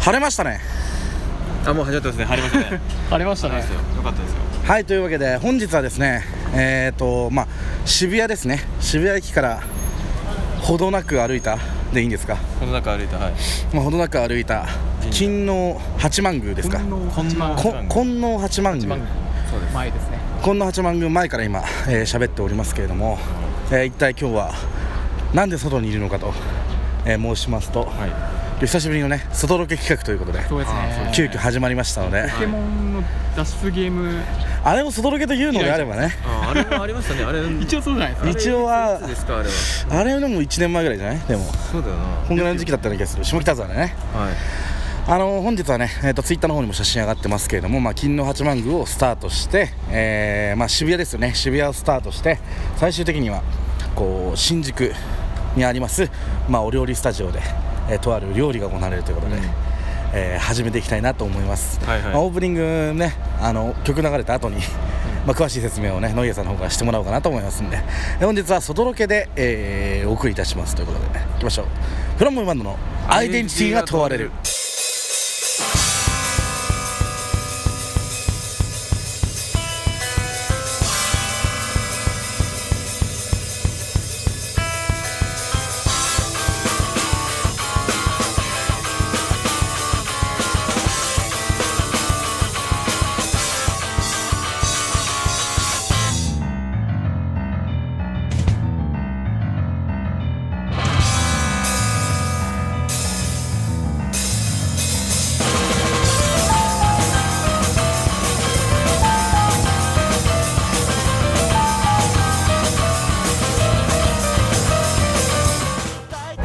晴れましたねあもう始まってますね入りま したねありましたねよよかったですよはいというわけで本日はですねえっ、とまあ渋谷ですね渋谷駅から程なく歩いたでいいんですか、この中歩いたはいまあ、程なく歩いた勤王八幡宮ですかこんなこ金王八幡宮番前ですね金王八幡宮前から今えー喋っておりますけれども、えー一体今日はなんで外にいるのかと、えー申しますと、はい久しぶりのね外ロケ企画ということでそうですね急遽始まりましたのでポケモンの脱出ゲームあれを外ロケというのであればねああれもありましたねあれ 一応そうじゃないですか一応はいつですかあれはあれでも1年前ぐらいじゃないでもそうだよなこんぐらいの時期だったような気がする下北沢でねはいあの本日はね、えー、とツイッターの方にも写真上がってますけれども、まあ、金の八幡宮をスタートして、えーまあ、渋谷ですよね渋谷をスタートして最終的にはこう新宿にあります、まあ、お料理スタジオで、えーとある料理が行われるということで、えー始めていきたいなと思います、はいはいまあオープニングねあの曲流れた後に、まあ、詳しい説明をねノイエさんの方からしてもらおうかなと思いますんでで本日は外ロケで、えーお送りいたしますということでいきましょうフランボイバンドのアイデンティティが問われる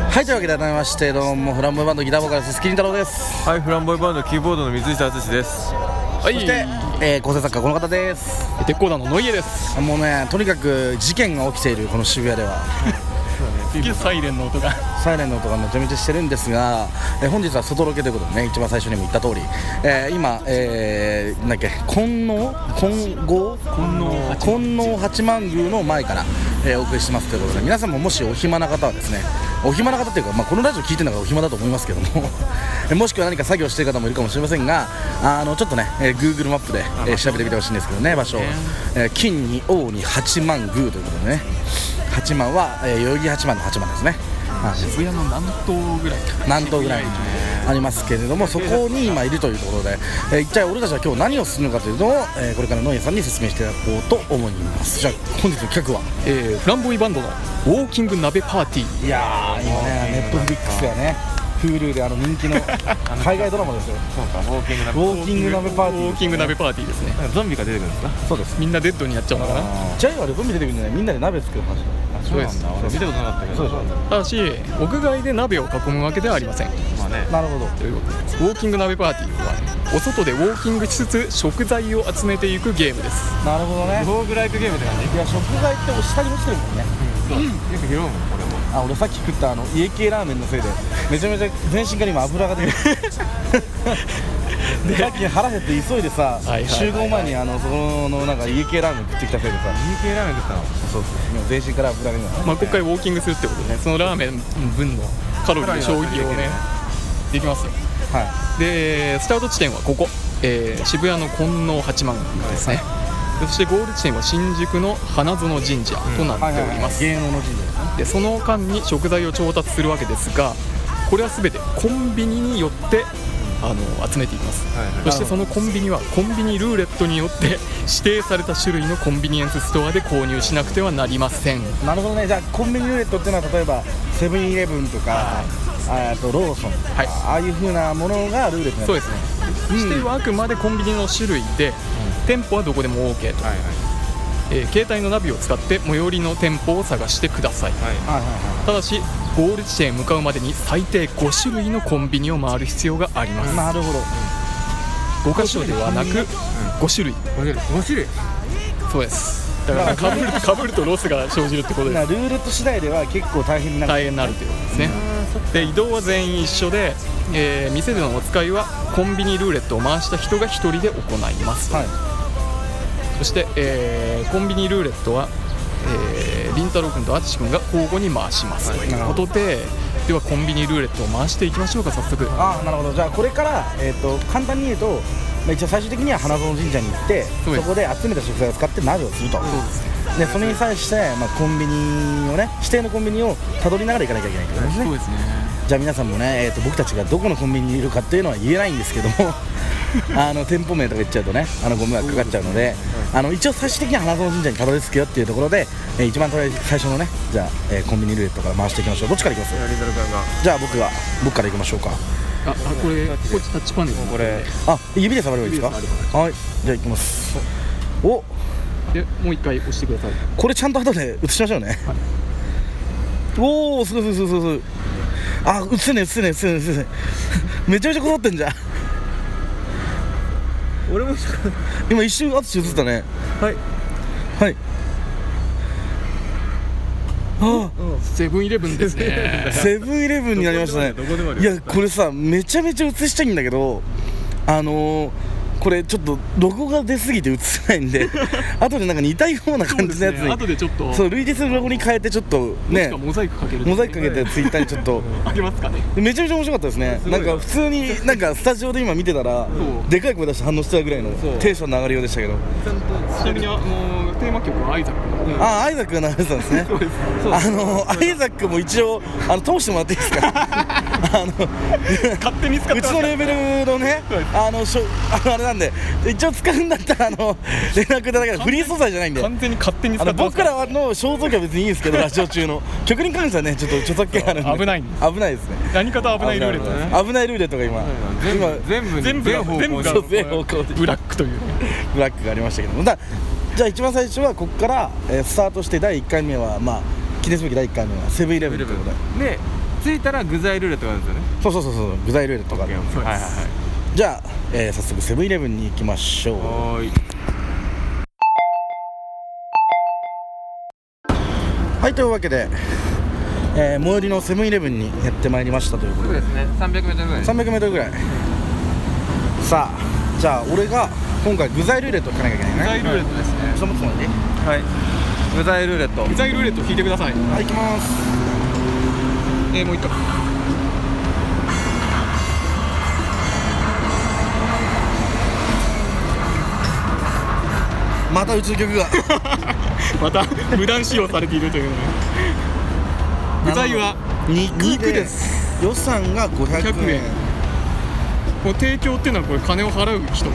はいというわけで改めましてどうもフランボイバンドギターボーカルスキリン太郎ですはいフランボイバンドキーボードの水下敦ですはいそして、えー、構成作家この方です鉄鋼団のノイエですもうねとにかく事件が起きているこの渋谷ではすげえサイレンの音がサイレンの音がめちゃめちゃしてるんですが、えー本日は外ロケということでね一番最初にも言った通り、えー今、えー、なんだっけ金王金剛金王八幡宮の前から、えーお送りしてますということで皆さんももしお暇な方はですねお暇な方っていうか、まあ、このラジオ聞いてるのがお暇だと思いますけども えーもしくは何か作業してる方もいるかもしれませんがあのちょっとね、えー Google マップで、えー調べてみてほしいんですけどね場所を、えー金に王に八幡宮ということでね八幡は、えー、代々木八幡の八幡ですねはい渋谷の南東ぐらい南東ぐらいにありますけれどもそこに今いるというところで、えー一体俺たちは今日何をするのかというのを、えーこれからノイエさんに説明していただこうと思いますじゃあ本日の企画はえーフランボイバンドのウォーキング鍋パーティーいやー今ねネットフリックスやね Hulu であの人気の海外ドラマですよそうかウォーキングウォーキング鍋パーティーウォーキング鍋パーティーですねなゾンビが出てくるんですかそうですみんなデッドになっちゃうのかなジャイは旅行見出てくるんじゃないみんなで鍋作る話そうですあ俺見たことなかったけどそうただし屋外で鍋を囲むわけではありませんまあねなるほどということですウォーキング鍋パーティーはお外でウォーキングしつつ食材を集めていくゲームですなるほどねフォーグライクゲームって感じいや食材ってお下に落ちてるもんねよく拾うもん俺もあ俺さっき食ったあの家系ラーメンのせいでめちゃめちゃ全身から今油が出る でさっき腹減って急いでさいはいはい集合前にあのそこのなんか家系ラーメン食ってきたせいでさ人系ラーメン食ったのそうそう今全身から油が出るまあ、今回ウォーキングするってことでねそのラーメン分のカロリーの消費をねできますよはでスタート地点はここ、えー渋谷の金王八幡宮ですねそしてゴール地点は新宿の花園神社となっいはいてはおりいまはいす芸能の神社ですねでその間に食材を調達するわけですがこれは全てコンビニによってあの集めていきますはいはいそしてそのコンビニはコンビニルーレットによって指定された種類のコンビニエンスストアで購入しなくてはなりませんなるほどねじゃあコンビニルーレットっていうのは例えばセブンイレブンとかあとローソンとか、はいああいう風なものがルーレットにそうなってるですね指定はあくまでコンビニの種類で、店舗はどこでも OK と、はいはえー携帯のナビを使って最寄りの店舗を探してくださいいはいはいはいはいただしゴール地点へ向かうまでに最低5種類のコンビニを回る必要があります、なるほど5箇所ではなく5種類面白いそうですだからかぶる かぶるとロスが生じるってことですなルーレット次第では結構大変になる、大変になるということですねで移動は全員一緒で、えー店でのお使いはコンビニルーレットを回した人が1人で行います、はいそして、えーコンビニルーレットは、えー、凛太郎君と淳君が交互に回しますということで、ではコンビニルーレットを回していきましょうか早速ああなるほどじゃあこれから、えー、と簡単に言うとまあ一応最終的には花園神社に行ってそそうですこで集めた食材を使って鍋をするとそうですねでそれに際して、まあ、コンビニをね指定のコンビニをたどりながら行かなきゃいけないってことですねそうですねじゃあ皆さんもね、えー、と僕たちがどこのコンビニにいるかっていうのは言えないんですけども あの店舗名とか言っちゃうとねあのご迷惑かかっちゃうのであの一応最終的には花園神社にたどり着くよっていうところで、えー一番とりあえず最初のねじゃあ、えーコンビニルーレットから回していきましょうどっちからいきますリゾル君がじゃあ僕が僕からいきましょうかああこれこっちタッチパネルこれあ指で触ればいいですかはいじゃあいきますおでもう一回押してくださいこれちゃんと後で映しましょうね、おおすごいすごいすごいすごいあ映せねえ映せねえ映せねえ映せねえ めちゃめちゃこぞってんじゃん俺もした今一瞬淳映ったねはいはいあセブンイレブンですねあ セブンイレブンになりましたねどこでもあいるよやこれさめちゃめちゃ映したいんだけどあのーこれちょっとロゴが出すぎて映せないんで後でなんか似たようなそう感でじすのやつねに後でちょっとそう類似するロゴに変えてちょっともしねくはモザイクかけるモザイクかけてツイッターにちょっと開けますかねめちゃめちゃ面白かったですねすごないんか普通になんかスタジオで今見てたらそうでかい声出して反応してたぐらいのそうテンションの上がりようでしたけどちゃんとちなみにあのテーマ曲はアイザックのああアイザックが流れてたんですねそうですあのアイザックも一応あの通してもらっていいです かあの勝手に使っうてまちすのレベルのねそうで、あのしょあのあれなんで、一応使うんだったら、あの連絡いただけたらフリー素材じゃないんで、完全に勝手に使あってのます僕らの肖像権は別にいいん ですけど、ラジオ中の、曲に関してはね、ちょっと著作権あるんそうで、危ない危ないですね。何かと危ないルーレットねね危ないルーレットが今全今部全部に全部全方向にそう全方向でブラックというブラックがありましたけどもだじゃあ一番最初はここから、えースタートして第1回目はまあ記念すべき第1回目はセブンイレブンということでで着いたら具材ルーレットがあるんですよねそうそうそうそう具材ルーレットがあるはいはいはいじゃあ、えー早速セブンイレブンに行きましょうはーいはいというわけで、えー最寄りのセブンイレブンにやってまいりましたということそうでですね 300m ぐらいです 300m ぐらいさあじゃあ俺が今回具材ルーレットを聞かなきゃいけないね具材ルーレットですねそもそもねはい具材ルーレット具材ルーレット引いてくださいはい行きますえーもう一回またうちの曲がまた無断使用されているというね具材は 肉肉です予算が500 500円円こう提供っていうのはこれ金を払う人の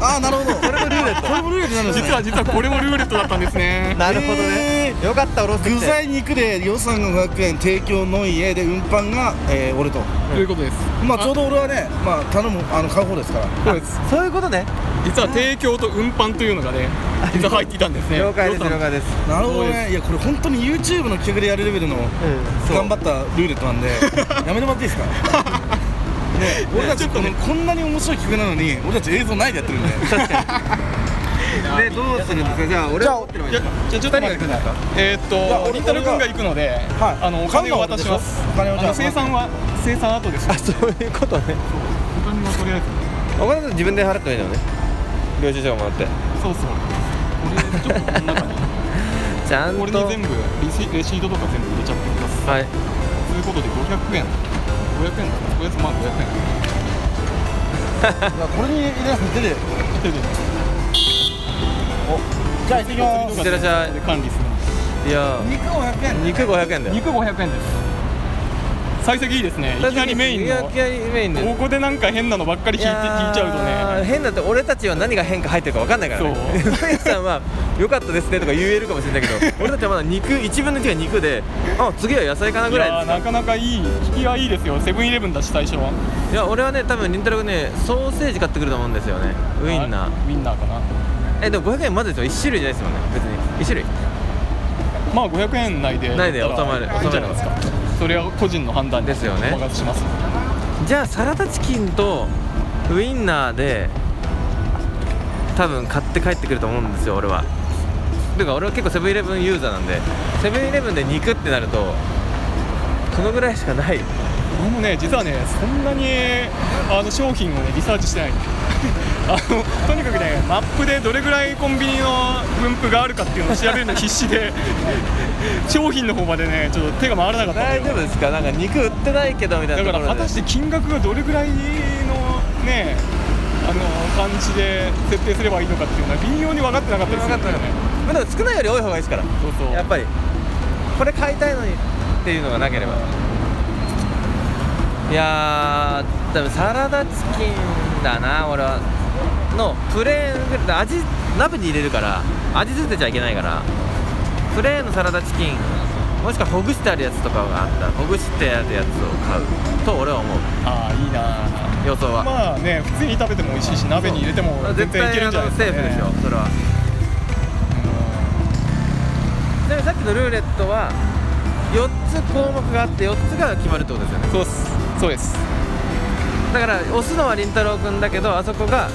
ああなるほどこれもルーレットこれもルーレットなんですね実は実はこれもルーレットだったんですねなるほどね、よかったおろして具きて材肉で予算が500円提供の家で運搬が、えー俺とということですまあちょうど俺はねまあ頼むあの買う方ですからそうですそういうことね実は提供と運搬というのがね実は入っていたんですね了解です予算了解です、なるほどそうでねいやこれ本当に YouTube の企画でやるレベルのそう頑張ったルーレットなんでやめてもらっていいです かね俺たちちょっとねこんなに面白い企画なのに俺たち映像ないでや ってるんででどうするんですかじゃあ俺は持ってればいいいやじゃあちょっと待ってくださいえーっいやと俺りんたろくんが行くので、はいあのお金を渡しま買うすのは俺でしょお金をあじゃあの生産は生産後ですおあそういうことね金はとりあえずお金だと自分で払ってもいいのね領収書をもらってそうそうこれちょっとこの中にちゃんとこれに全部レシレシートとか全部入れちゃってくだはさいいということで500円500円だなとりあえずまあ500円いやこれに入れなくて出て手でじゃあ行ってきますいってらっしゃいで管理するんですいや肉500円ー肉500円だよ肉500円です幸先いいですねいきなりメインいのきなりメインでここでなんか変なのばっかり引いて引いちゃうとね変だって俺たちは何が変化入ってるか分かんないからねそ う上さんは「良かったですね」とか言えるかもしれないけど俺たちはまだ肉1分の1が肉であ次は野菜かなぐらいいでやすーなかなかいい引きはいいですよセブンイレブンだし最初はいや俺はね多分りんたろうねソーセージ買ってくると思うんですよねウインナーあウインナーかなえでも500円まだですよ1種類じゃないですもんね別に1種類まあ500円内で内でやったら収まるいいんじゃないですかそれは個人の判断にですよねお任せしますじゃあサラダチキンとウインナーで多分買って帰ってくると思うんですよ俺はてか俺は結構セブンイレブンユーザーなんでセブンイレブンで肉ってなるとこのぐらいしかない俺もね実はねそんなにあの商品をねリサーチしてない あのとにかくねマップでどれぐらいコンビニの分布があるかっていうのを調べるの必死で 商品の方までねちょっと手が回らなかったんだ大よ丈夫ですかなんか肉売ってないけどみただいなかとらころ果でたして金額がどれぐらいのねあの感じで設定すればいいのかっていうのは微妙に分かってなかったですよねまあでも少ないより多い方がいいですからそうそうやっぱりこれ買いたいのにっていうのがなければいやー多分サラダチキンだな俺はのプレーンぐらい味鍋に入れるから味付けちゃいけないからプレーンのサラダチキンもしくはほぐしてあるやつとかがあったらほぐしてあるやつを買うと俺は思うああいいな予想は、まあね普通に食べても美味しいし鍋に入れても全然いけるんじゃないですか、ね、絶対あのセーフでしょそれはちなみにさっきのルーレットは4つ項目があって4つが決まるってことですよねそうっすそうですだから押すのは凛太郎君だけどあそこが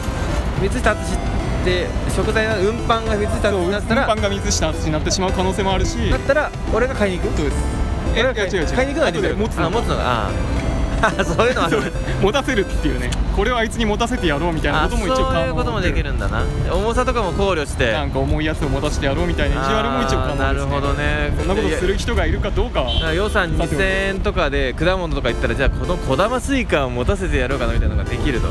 三下敦って食材の運搬が三下敦運になったら搬が水下になってしまう可能性もあるしだったら俺が買いに行くそうですえい俺やが買い違う違う買いに行くのは後で持つあの持つのがあーそういうのはあ そうる持たせるっていうねこれをあいつに持たせてやろうみたいなあことそうも一応考えいうこともできるんだな重さとかも考慮してなんか重いやつを持たせてやろうみたいな意地悪も一応あ考ーえなるほどねこんなことする人がいるかどうかだから予算さておき2000円とかで果物とか言ったらじゃあこの小玉スイカを持たせてやろうかなみたいなのができると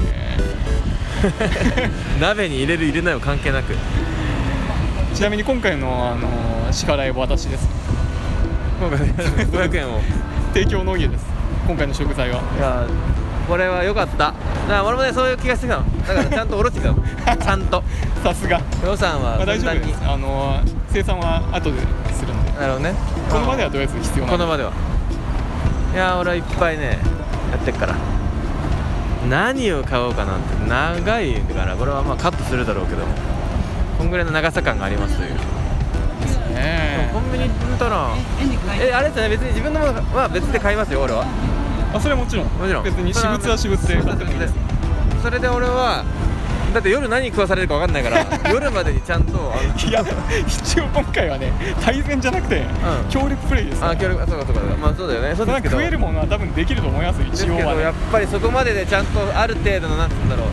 鍋に入れる入れないも関係なくちなみに今回の、あのー支払いは私です今回500円を提供農家です今回の食材はいやこれは良かっただから俺もねそういう気がしてきたのだからちゃんと下ろしてきたのちゃんとさすが、予算はまあ、分大丈担夫にですあのー生産は後でするのでなるほどねこの場ではとりあえず必要なこいの場ではいや俺はいっぱいねやってっから何を買おうかなって長いからこれはまあカットするだろうけどもこんぐらいの長さ感がありますというでもねコンビニ行ったらえあれですね別に自分のものは別で買いますよ俺はあそれはもちろんもちろん別に私物は私物で買ってもいいですそれで俺はだって夜何食わされるか分かんないから 夜までにちゃんとあいや一応今回はね対戦じゃなくて、ん協力プレイですのあ協力あそうかそうかまあそうだよねそうでなすんけかど食えるものは多分できると思いますです一け応どはねやっぱりそこまででちゃんとある程度のなんつうんだろう、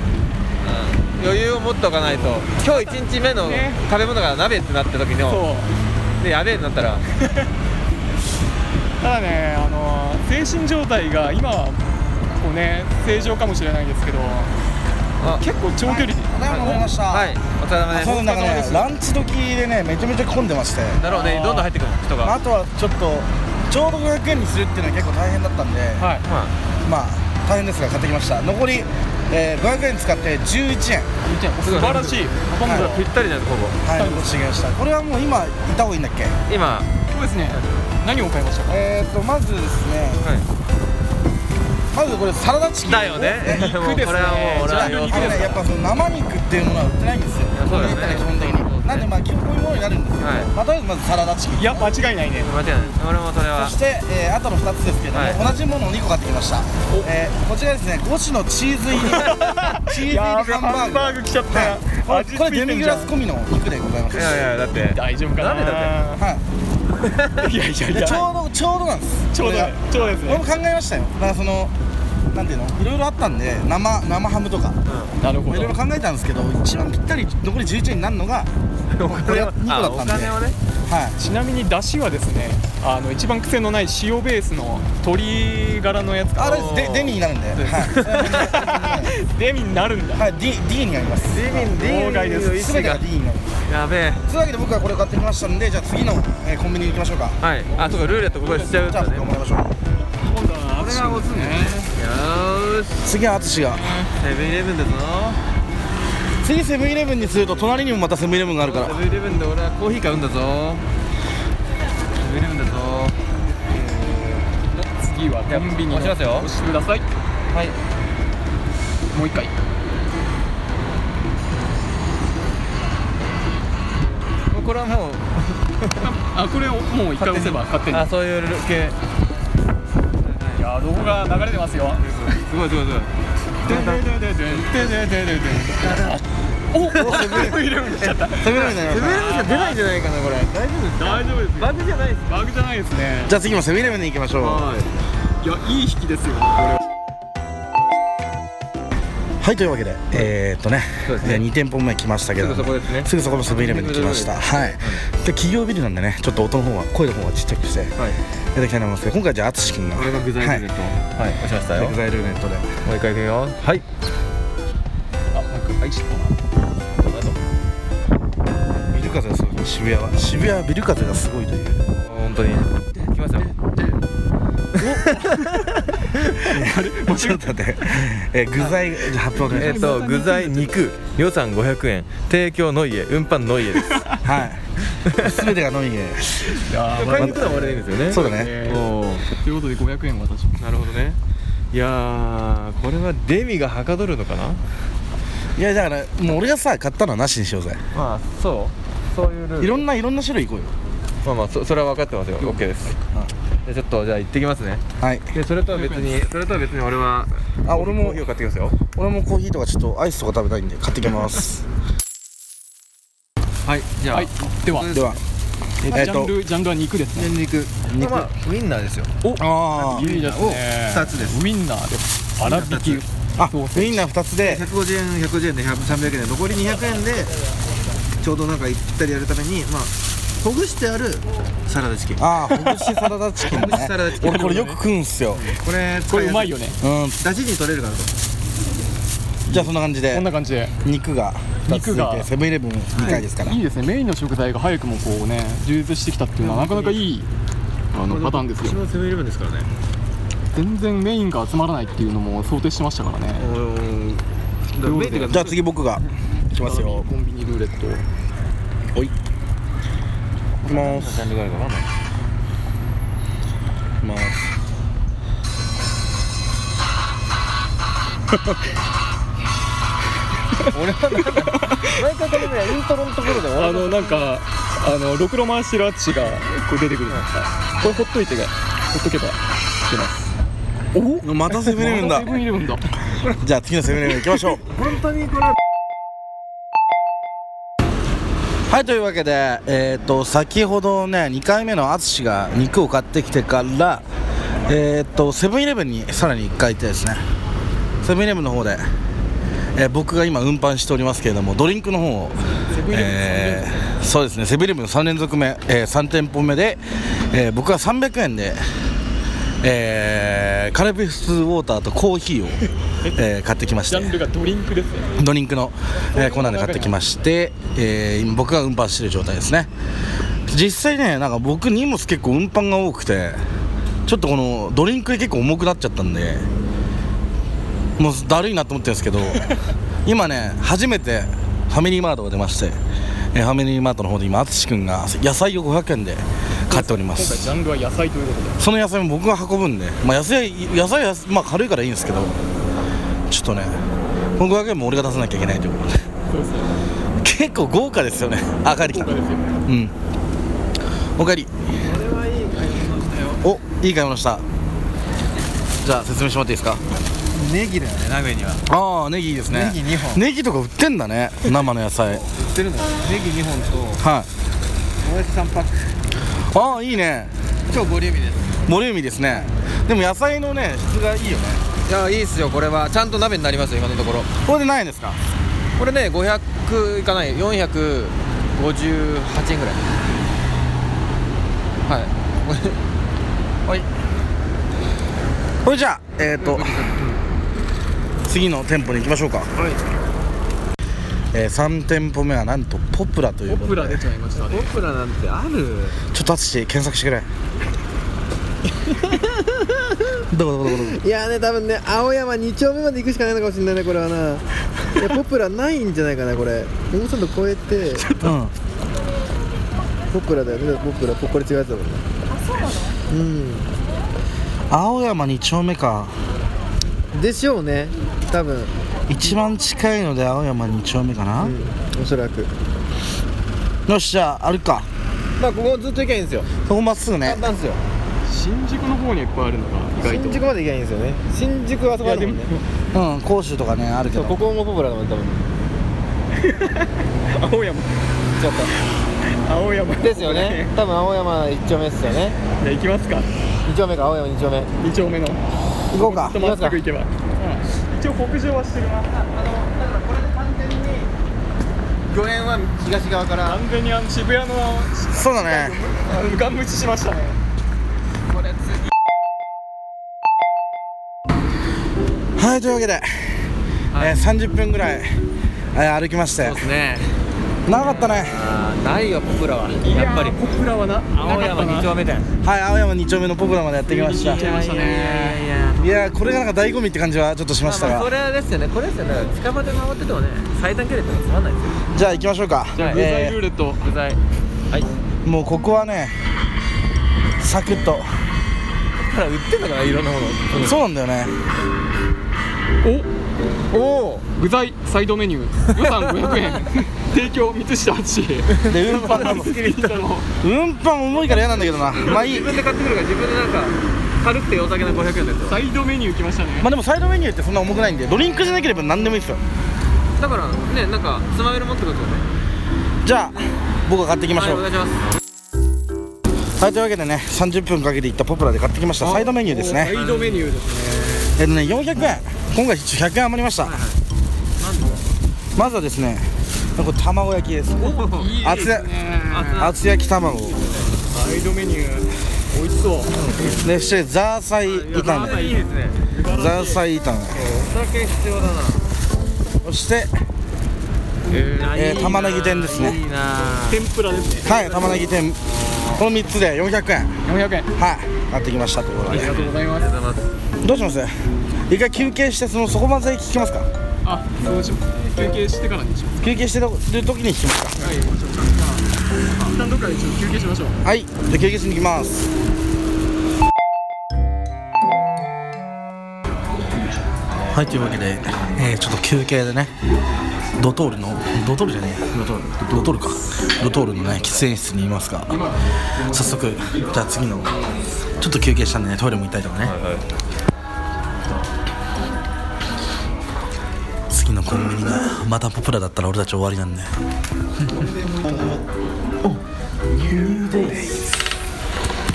うん余裕を持っておかないと今日1日目のね食べ物が鍋ってなった時の、そうでやべえになったらただね、あの精神状態が今はこう、ね、正常かもしれないですけどあ結構長距離でただいま戻りましたはいお疲れ様ですそうなんかお疲れ様でねすランチ時でねめちゃめちゃ混んでましてだろうねあーどんどん入ってくる人が、あとはちょっとちょうど500円にするっていうのは結構大変だったんで、はいままああ大変ですが買ってきました残り、えー500円使って11円素晴らしい今度はぴったりじゃないですかほぼはいごちげましたこれはもう今いた方がいいんだっけ今そうですね何を買いましたかえーとまずですねまずこれサラダチキンだよねえ もうこれはもう俺はあ肉のでねすねやっぱその生肉っていうものは売ってないんですよやそうだよね基本的になんでまあ基本こういうものになるんですよ、はいまあ、とりあえずまずサラダチキンいや間違いないね間違いない俺もそれはそして、えー、あとの2つですけども、はい同じものを2個買ってきました、えー、こちらですね5種のチーズ 入りチーズ入りハやンべハバーングバーグ来ちゃったよはい、これこれデミグラス込みの肉でございますいやいやだって大丈夫かな誰だはい いやいやいでや ちょうどちょうどなんですちょうどこれがねちょうどです俺ねも考えましたよだからそのなんていうのいろいろあったんで生生ハムとかなるいほろいどろ考えたんですけど一番ぴったり残り11円になるのがおこれ金はを2個だあっおたんで金をねはいちなみに出汁はですねあの一番癖のない塩ベースの鶏ガラのやつあかれですでデニーになるんではいデミになるんだはい D, D になりますディディーン外です全てが D になるやべえというわけで僕はこれを買ってきましたんでじゃあ次の、えーコンビニに行きましょうかはいあそうかルーレットここでしちゃうんじゃあだ僕ねがもらいましょう今度は俺が押すんだねよーし次は淳がセブンイレブンだぞ次セブンイレブンにすると隣にもまたセブンイレブンがあるからセブンイレブンで俺はコーヒー買うんだぞセブンイレブンだぞ次はコンビニの押しますよ押してくださいはいもう一回これはもうあこれをもう一回押せば勝手にあそういう系いやロゴが流れてますよすごいすごいすごいおセブンイレブン来ちゃったセブンイレブンになりましたセブンイレブンじゃ出ないんじゃないかなこれ大丈夫です大丈夫ですよバグじゃないですバグじゃないですねじゃあ次もセブンイレブンに行きましょういやいい引きですよこれははいというわけで、えーっとねそうですね2店舗目来ましたけどすぐそこですねすぐそこのセブンイレブンに来ましたはい、で企業ビルなんでねちょっと音の方は声の方はちっちゃくしてはいやっていきたいと思いますけど今回じゃあ淳君が俺が具材ルーレットはい押しましたはいよで具材ルーレットでもう一回いくよはいビル風がすごい渋谷は渋谷はビル風がすごいという本当に来ますよ もうちょっと待って、 えー、具材発表お願えいっしますと具材肉予算500円提供の家運搬の家です はい全てが飲みで 買いに行くのは俺でいいんですよねそうだねおーということで500円私なるほどねいやーこれはデミがはかどるのかないやだからもう俺がさ買ったのはなしにしようぜまあそうそういうルールいろんないろんな種類いこうよまあまあそそれは分かってますよ OK ですはでちょっとじゃあ行ってきますねはいでそれとは別にそれとは別に俺はあ俺もコーヒーを買ってきますよ俺もコーヒーとかちょっとアイスとか食べたいんで買ってきますはいじゃあはいではではええっジとャンルジャンルは肉ですねニンニク肉まあウインナーですよあいいですねお二つですウインナーです粗挽きああウインナー2つで150円150円で100 300円で残り200円でちょうどなんか行ったりやるためにまあほぐしてあるサラダチキンこああほぐしサラダチキンねほぐしサラダチキン俺これよく食うんすよれ使これうまいよよねうんだしに取れるからじゃあそんな感じこでんな感じで肉が2つ肉続いがてセブンイレブン2回ですからいいですねメインの食材が早くもこうね充実してきたっていうのはなかなかいいあのパターンですよもセブンイレブンですからね全然メインが集まらないっていうのも想定してましたからねうんメインっていうじゃかあ次僕がいきますよコンビニルーレットいきますジャンルがあるかないきます俺はなんだ毎回これねイントロのところであ俺のなんかあのろくろ回してるアッチがこう出てくるじゃないですかこれほっといてほっとけばいけますまたセブンイレブンだ セブンイレブンだじゃあ次のセブンイレブン行きましょう本当にこれはいというわけでえっ、と先ほどね2回目の淳が肉を買ってきてからえっ、とセブンイレブンにさらに1回行ってですねセブンイレブンの方で、えー僕が今運搬しておりますけれどもドリンクの方をえーそうですねセブンイレブン3連続目、え3店舗目で、えー僕は300円で、えーカルピスウォーターとコーヒーを、えー買ってきましてジャンルがドリンクですねドリンクの、えー、コーナーで買ってきまして、えー今僕が運搬してる状態ですね実際ねなんか僕荷物結構運搬が多くてちょっとこのドリンクで結構重くなっちゃったんでもうだるいなと思ってるんですけど今ね初めてファミリーマートが出まして、えーファミリーマートの方で今淳君が野菜を500円で買っておりま今す回ジャンルは野菜ということでその野菜も僕が運ぶんで、まあ、野菜野菜は、まあ、軽いからいいんですけどちょっとねこの500円も俺が出さなきゃいけないということでそうですね結構豪華ですよねあ帰ってき今た回ですようんおかえりおいい買い物したじゃあ説明してもらっていいですかネギだよね鍋にはああネギいいですねネギ二本ネギとか売ってんだね生の野菜売ってるのよネギ2本とはいもやし3パックああいいね超ボリューミーですボリューミーですねでも野菜のね質がいいよねいやいいっすよこれはちゃんと鍋になりますよ今のところこれでないんですかこれね500いかない458円ぐらいはいこれじゃあえっ、と次の店舗に行きましょうかはいえー、3店舗目はなんとポプラというポことプでラ出ちゃいましたねプラなんてあるちょっと淳検索してくれどこどこどこどこいやーね多分ね青山2丁目まで行くしかないのかもしれないねこれは ないやポプラないんじゃないかなこれもうちょっと超えてうんポプラだよねポプラポこれ違うやつだもんね青山2丁目かうんでしょうね多分一番近いので青山2丁目かな、うんおそらくよしじゃあ歩くかまあここずっと行けばいいんですよそこまっすぐね簡単ですよ新宿の方にいっぱいあるのが意外と新宿まで行けばいいんですよね新宿はそこあるもんねいやでうん甲州とかねあるけそうどここもポプラだもん多分青山ちょっ青山とですよ ね多分青山1丁目ですよねじゃあ行きますか2丁目か青山2丁目2丁目の行こうかちょっとまっすぐ行けば一応北上はしてるな御苑は東側から完全にあの渋谷のそうだねあのガン無視しましたねはいというわけで、はいえー30分ぐらい、えー歩きましてそうですね長かったねあーないよポプラはやっぱりポプラはな青山2丁目店はい青山2丁目のポプラまでやってきましたいやいやいやいやいやーこれがなんか醍醐味って感じはちょっとしましたまあ、まが、あそれはですよねこれですよね近場で回っててもね最短距離ってのはつまんないですよじゃあ行きましょうか、じゃあえールーレット具材はいもうここはねサクッとただ売ってんのかないろんなものそうなんだよねおお具材サイドメニュー予算500円提供三下八で運搬なの運搬重いから嫌なんだけどなまあいい自分で買ってくるから自分でなんか軽くてお酒の500円ですよサイドメニュー来ましたねまあでもサイドメニューってそんな重くないんでドリンクじゃなければ何でもいいですよだからねなんかつまみる持ってくるとねじゃあ僕が買ってきましはいょおう願いしますはいというわけでね30分かけて行ったポプラで買ってきましたサイドメニューですねサイドメニューですえっとね400円今回100円余りましたまずはですねこれ卵焼きですお おいい厚厚焼き卵サイドメニュー美味しそうでそしてザーサイ炒めいいですねザーサイ炒めお酒必要だなそしてえー玉ねぎ天ですねいいな天ぷらですねはい玉ねぎ天この3つで400円400円はい買ってきましたということありでがとうございますありがとうございますどうします一回休憩してそのそこまで聞きますかあどうしよう休憩してからにします休憩してる時に聞きますかはい一旦どっかでちょっと休憩しましょうはいじゃあ休憩しに行きますはいというわけで、えーちょっと休憩でねドトールのドトールじゃねえドトールドトールかドトールのね喫煙室にいますが早速じゃあ次のちょっと休憩したんでねトイレも行ったりとかね、次のコンビニがまたポプラだったら俺たち終わりなんで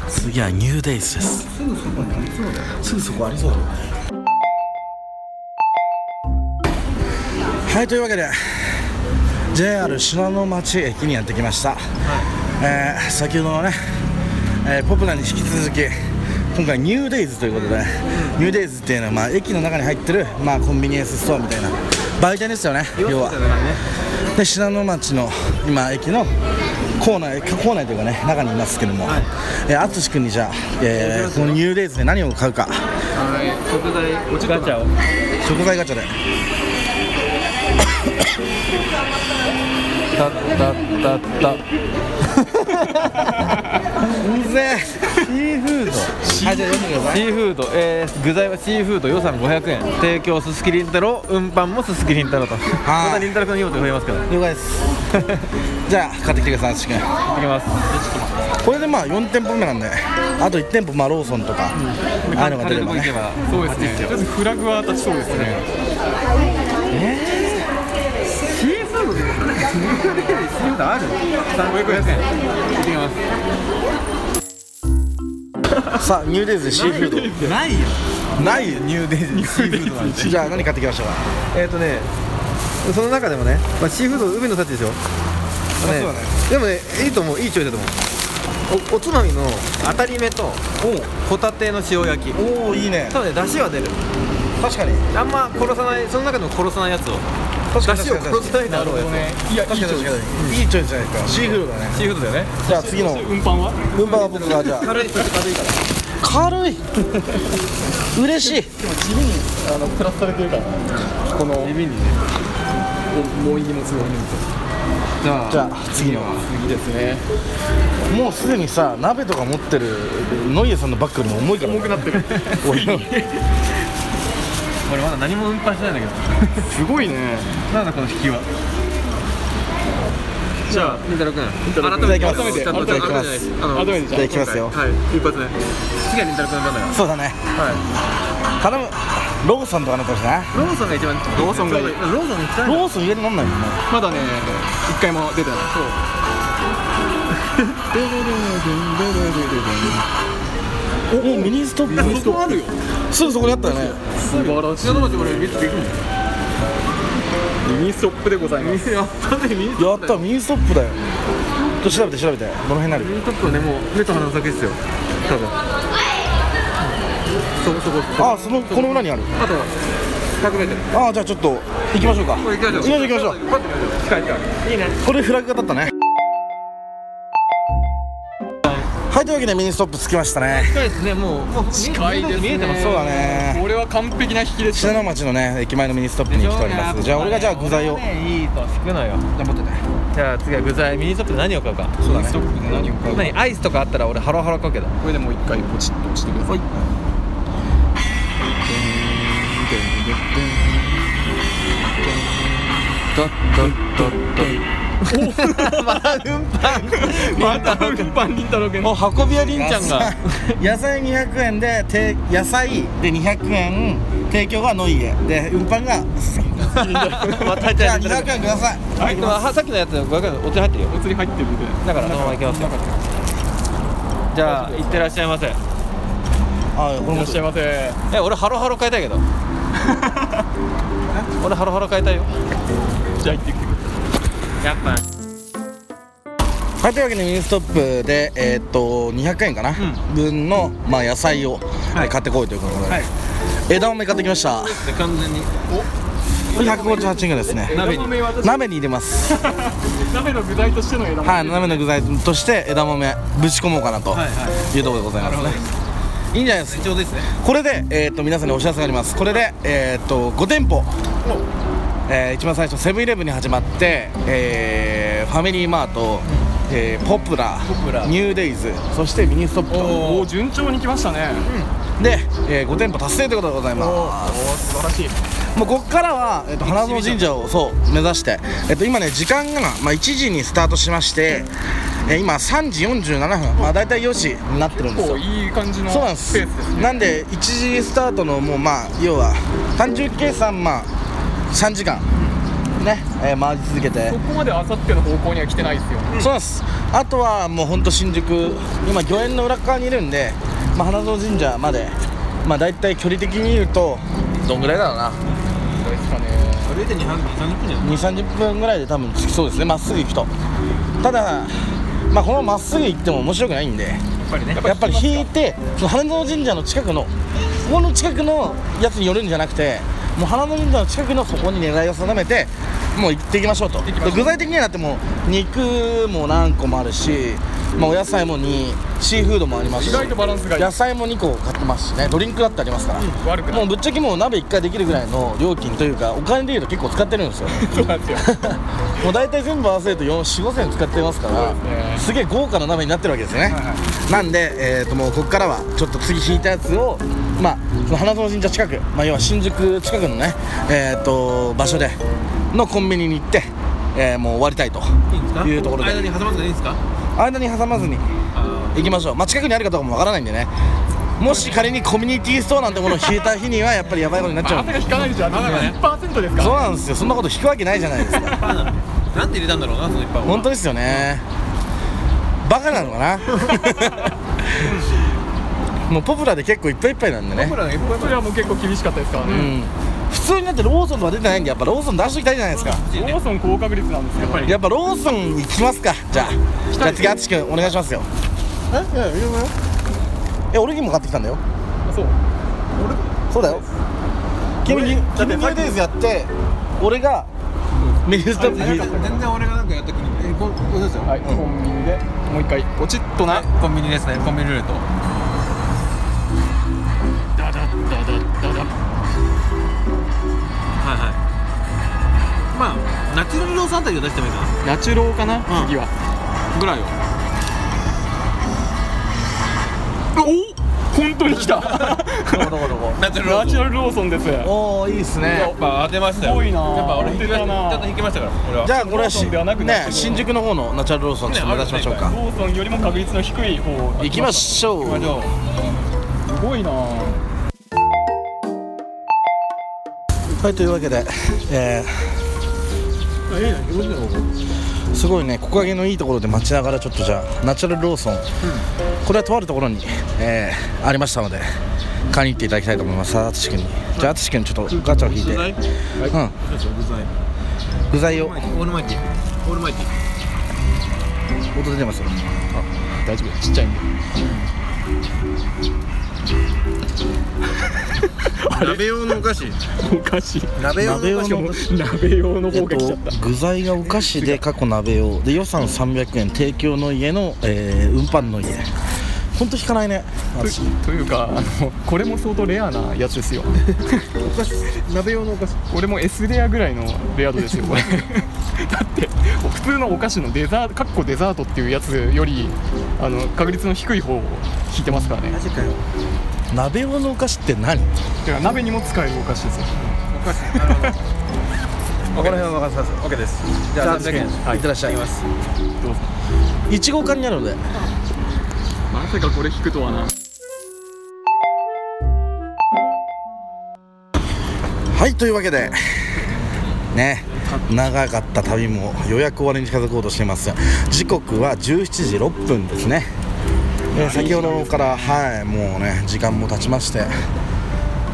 次はニューデイズですすぐそこありそうだよすぐそこありそうだよはいというわけで JR 信濃町駅にやってきました、えー先ほどのね、えーポプラに引き続き今回ニューデイズということで、ニューデイズっていうのは、まあ、駅の中に入ってる、まあ、コンビニエンスストアみたいな売店ですよね要はで信濃町の今駅の構内構内というかね中にいますけどもえー淳君にじゃあ、えーこのニューデイズで何を買うか食材ガチャを食材ガチャでタッタッタッタッうぜシーフードはいじゃあ読んでくださいシーフード、えー、具材はシーフード予算500円提供すすきりんたろ運搬もすすきりんたろとまいたりんたろくんの荷物増えますからい了解です じゃあ買ってきてください淳君きますこれでまあ4店舗目なんであと1店舗まあローソンとか、ああいうのが出軽いれとばこ行けねばそうですねちょっとフラグは立ちそうですねシーフードある500円いきますさあニューデイズでシーフードないよないニューデイズにシーフ ードなんてじゃあ何買ってきましょうかえっ、ー、とねその中でもね、まあ、シーフード海の幸でしょあのねそうだねでもねいいと思ういいチョイスだと思うおおつまみの当たり目とホタテの塩焼きおおいいね多分ね出汁は出る確かにあんま殺さないその中でも殺さないやつを確か出に汁を確かに殺さないであろうやついやいい確かに確かにいいチョイスじゃないですかシーフードだねシーフードだよねじゃあ次の運搬は分番は僕がじゃあ軽いそして軽いから軽い嬉しいあのプラスされてるからこの耳にねもういい荷物をじゃあじゃあ次の次ですねもうすでにさ鍋とか持ってるノイエさんのバッグよりも重いから重くなってる俺まだ何も運搬してないんだけど すごいねなんだこの引きはじゃありんたろくんくん改めていただきますちゃんといただきます改めてじゃなあいどうですじやじゃあゃいきますよあのはい一発目次がりんたろくんなんだよそうだねは頼むローソンとかなったしないローソンが一番ローソンがいいローソン行きたいロなーソン家で飲んないもんねあまだね一回も出てない あおミニストップそこあるよすぐそこにあったよね素晴らしい篠町俺見てできるミニストップでございますやったねミニやったミニストップだよちょっと調べて調べてどの辺になるミニトップはねもう目と鼻の先ですよ多分そこそこあそのこの裏にあるあとは100メートルあじゃあちょっと行きましょうかこれ行きましょう行きましょパう行きましッと見る機械ってあるょうこれフラッグが立ったねはいというわけでミニストップ着きましたね近いですねもうもう近いですね見えてますそうだね俺は完璧な引きでした信濃町のね駅前のミニストップに来ておりますじゃあ俺がじゃあ具材をいいと引くのよ頑張ってねじゃあ次は具材ミニストップで何を買うかそうだねップで何を買何アイスとかあったら俺ハロハロ買うけどこれでもう一回ポチッと押してくださいまた運搬にたろけんもう運び屋りんちゃんが 野菜200円でて野菜で200円提供がノイエで運搬がまたじじゃゃああ200円くださいはいでもはさっきのやつ500円お釣り入ってるよお釣り入ってるんでだからそのまま行きますよじゃあ行ってらっしゃいませあこれいらもっしゃいませえ俺ハロハロ買いたいけど俺ハロハロ買いたいよじゃあ行ってきてくださやっぱはいというわけでミニストップでえーっと200円かな、分のまあ野菜を、えー買ってこいということで、はい枝豆買ってきました完全にこれ158円ぐらいですいね枝豆私鍋に入れます鍋の具材としての枝豆はい鍋の具材として枝豆ぶち込もうかなというところでございますね、いいんじゃないですかちょうどですねこれで、えー、と皆さんにお知らせがありますこれで、えー、と5店舗、えー一番最初セブンイレブンに始まって、えーファミリーマート、えーポプラプラニューデイズそしてミニストップとおお順調に来ましたねで、え5店舗達成ということでございます素晴らしいもうここからは、えー、と花園神社をそう目指して、えー、と今ね時間が、まあ、1時にスタートしまして、えー今3時47分、まあ、大体4時になってるんですこよういい感じのそうなんでスすペースですねなんで1時スタートのもうまあ要は単純計算まあ3時間ね、えー回り続けてここまであさっての方向には来てないですよそうなんですあとはもうほんと新宿今御苑の裏側にいるんで、まあ、花園神社までまあ大体距離的に言うとどんぐらいだろうなどうですかね歩いて2 3 0分じゃ2 3 0分ぐらいで多分着きそうですねまっすぐ行くとただまあこのまっすぐ行っても面白くないんでやっぱりねやっぱり引いてその花園神社の近くのここの近くのやつに寄るんじゃなくてもう花園神社の近くのそこに狙いを定めてもう行っていきましょうときましょう具体的にはだってもう肉も何個もあるし、まあ、お野菜も2シーフードもありますし意外とバランスがいい野菜も2個買ってますしねドリンクだってありますから、悪くないもうぶっちゃけもう鍋1回できるぐらいの料金というかお金でいうと結構使ってるん ですよそうなんですよもう大体全部合わせると4 4 5千円使ってますからそうですねすげえ豪華な鍋になってるわけですよね、なんで、えー、ともうここからはちょっと次引いたやつを、まあ、その花園神社近く、まあ、要は新宿近くのね、えー、と場所でのコンビニに行って、えーもう終わりたいといいんですかいうところで間に挟まっていいんですか間に挟まずに行きましょう、まあ、近くにあるかどうかもわからないんでねもし仮にコミュニティストアなんてものを引いた日にはやっぱりやばいことになっちゃうあんなたでが引かないじゃん1%ですかそうなんですよそんなこと引くわけないじゃないですかなんて入れたんだろうなその一杯本当ですよねバカなのかなもうポプラで結構いっぱいいっぱいなんでね僕らねこれはもう結構厳しかったですからうねん普通になってローソンとか出てないんでやっぱローソン出しておきたいじゃないですかローソン高確率なんですやっぱりやっぱローソンに行きますかじゃあじゃあ次淳君お願いしますよえ俺にも買ってきたんだよそうそうだよ君に君ニューデイズやって俺がメニューストップ引いて全然俺がなんかやったくにえここれですよはいコンビニでもう一回ポチッとなコンビニですねコンビニルートダダダダダダはいはいまあナチュラルロースあたりを出してもいいかなナチュローかなうん次はぐらいをお本当に来 たどこどこどこナチュナチュラルローソンですおおいいっすねぱ当てましたよすごいなやっぱ俺引きまし当てちたなゃんと引きましたから俺はじゃあこれはローしソンではなくなっねてる新宿の方のナチュラルローソンちょっと目指しましょうロかーソンよりも確率の低い方を行きましょまあうじゃあすごいなはいというわけで、えすごいね木陰のいいところで待ちながらちょっとじゃあナチュラルローソン、これはとあるところに、えーありましたので買いに行っていただきたいと思います淳君にじゃあ淳君ちょっとガチャを引いて、はいうん、具材をオールマイティオールマイティ音出てますよ大丈夫ちっちゃいんで鍋用のお菓子おかしい鍋 用のお菓子しかも鍋用のえ方っが来ちゃとった、、具材がお菓子で過去鍋をで予算300円提供の家の、えー運搬の家ほんと引かないね私とというかあのこれも相当レアなやつですよお菓子鍋用のお菓子俺も S レアぐらいのレア度 ですよこれだって普通のお菓子のデザートかっこデザートっていうやつよりあの確率の低い方を引いてますからねマジかよ鍋用のお菓子って何てか鍋にも使えるお菓子ですよお菓子なるほどこの辺は任せます OK ですじゃあ300円いってらっしゃいますどうぞ1号館にあるのでまさかこれ引くとはなはいというわけでね長かった旅も予約終わりに近づこうとしています時刻は17時6分ですねえー先ほどからはいもうね時間も経ちまして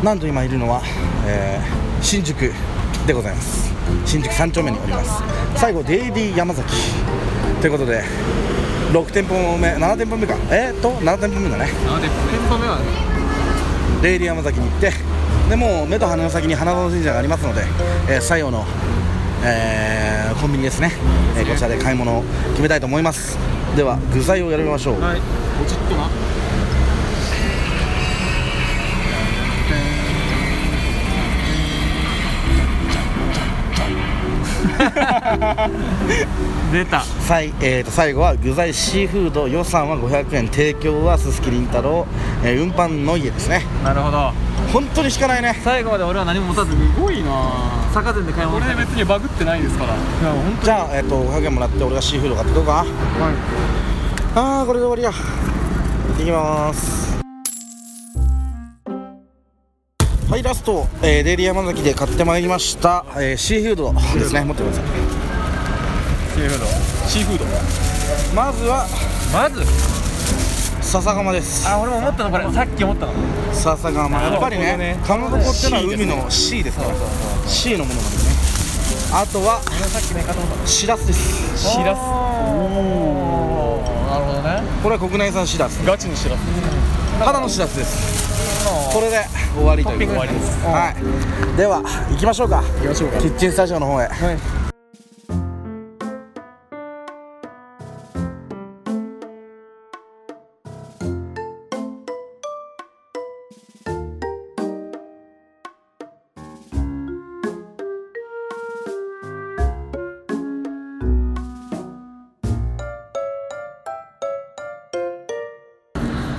なんと今いるのは、えー新宿でございます新宿3丁目におります最後デイディ山崎ということで6店舗目7店舗目かえー、っと7店舗目だねレイリア山崎に行ってでもう目と鼻の先に花園神社がありますので、えー、西洋の、えーコンビニですね、えーこちらで買い物を決めたいと思いますでは具材を選びましょう、はいポチッとな 出たさいえーと最後は具材シーフード予算は500円提供はすすきりんたろう、えー運搬の家ですねなるほど本当に引かないね最後まで俺は何も持たずすごいな坂膳で買いこ物れ別にバグってないですからじゃあ、えー、と500円もらって俺がシーフード買ってこうかあーこれで終わりだいきますはいラスト、えー、デイリー山崎で買ってまいりました、えーシーフードですね持ってくださいシーフードシーフードまずはまず笹釜ですあ俺も思ったのこれさっき思ったの笹釜やっぱりなるねほどねかまぼこってのは海の C ですから C のものなんですねあとはしらすですシラスおーなるほどねこれは国内産しらすガチのシラスただのしらすですこれで終わりという終わりですはいでは行きましょうか行きましょうかキッチンスタジオの方へ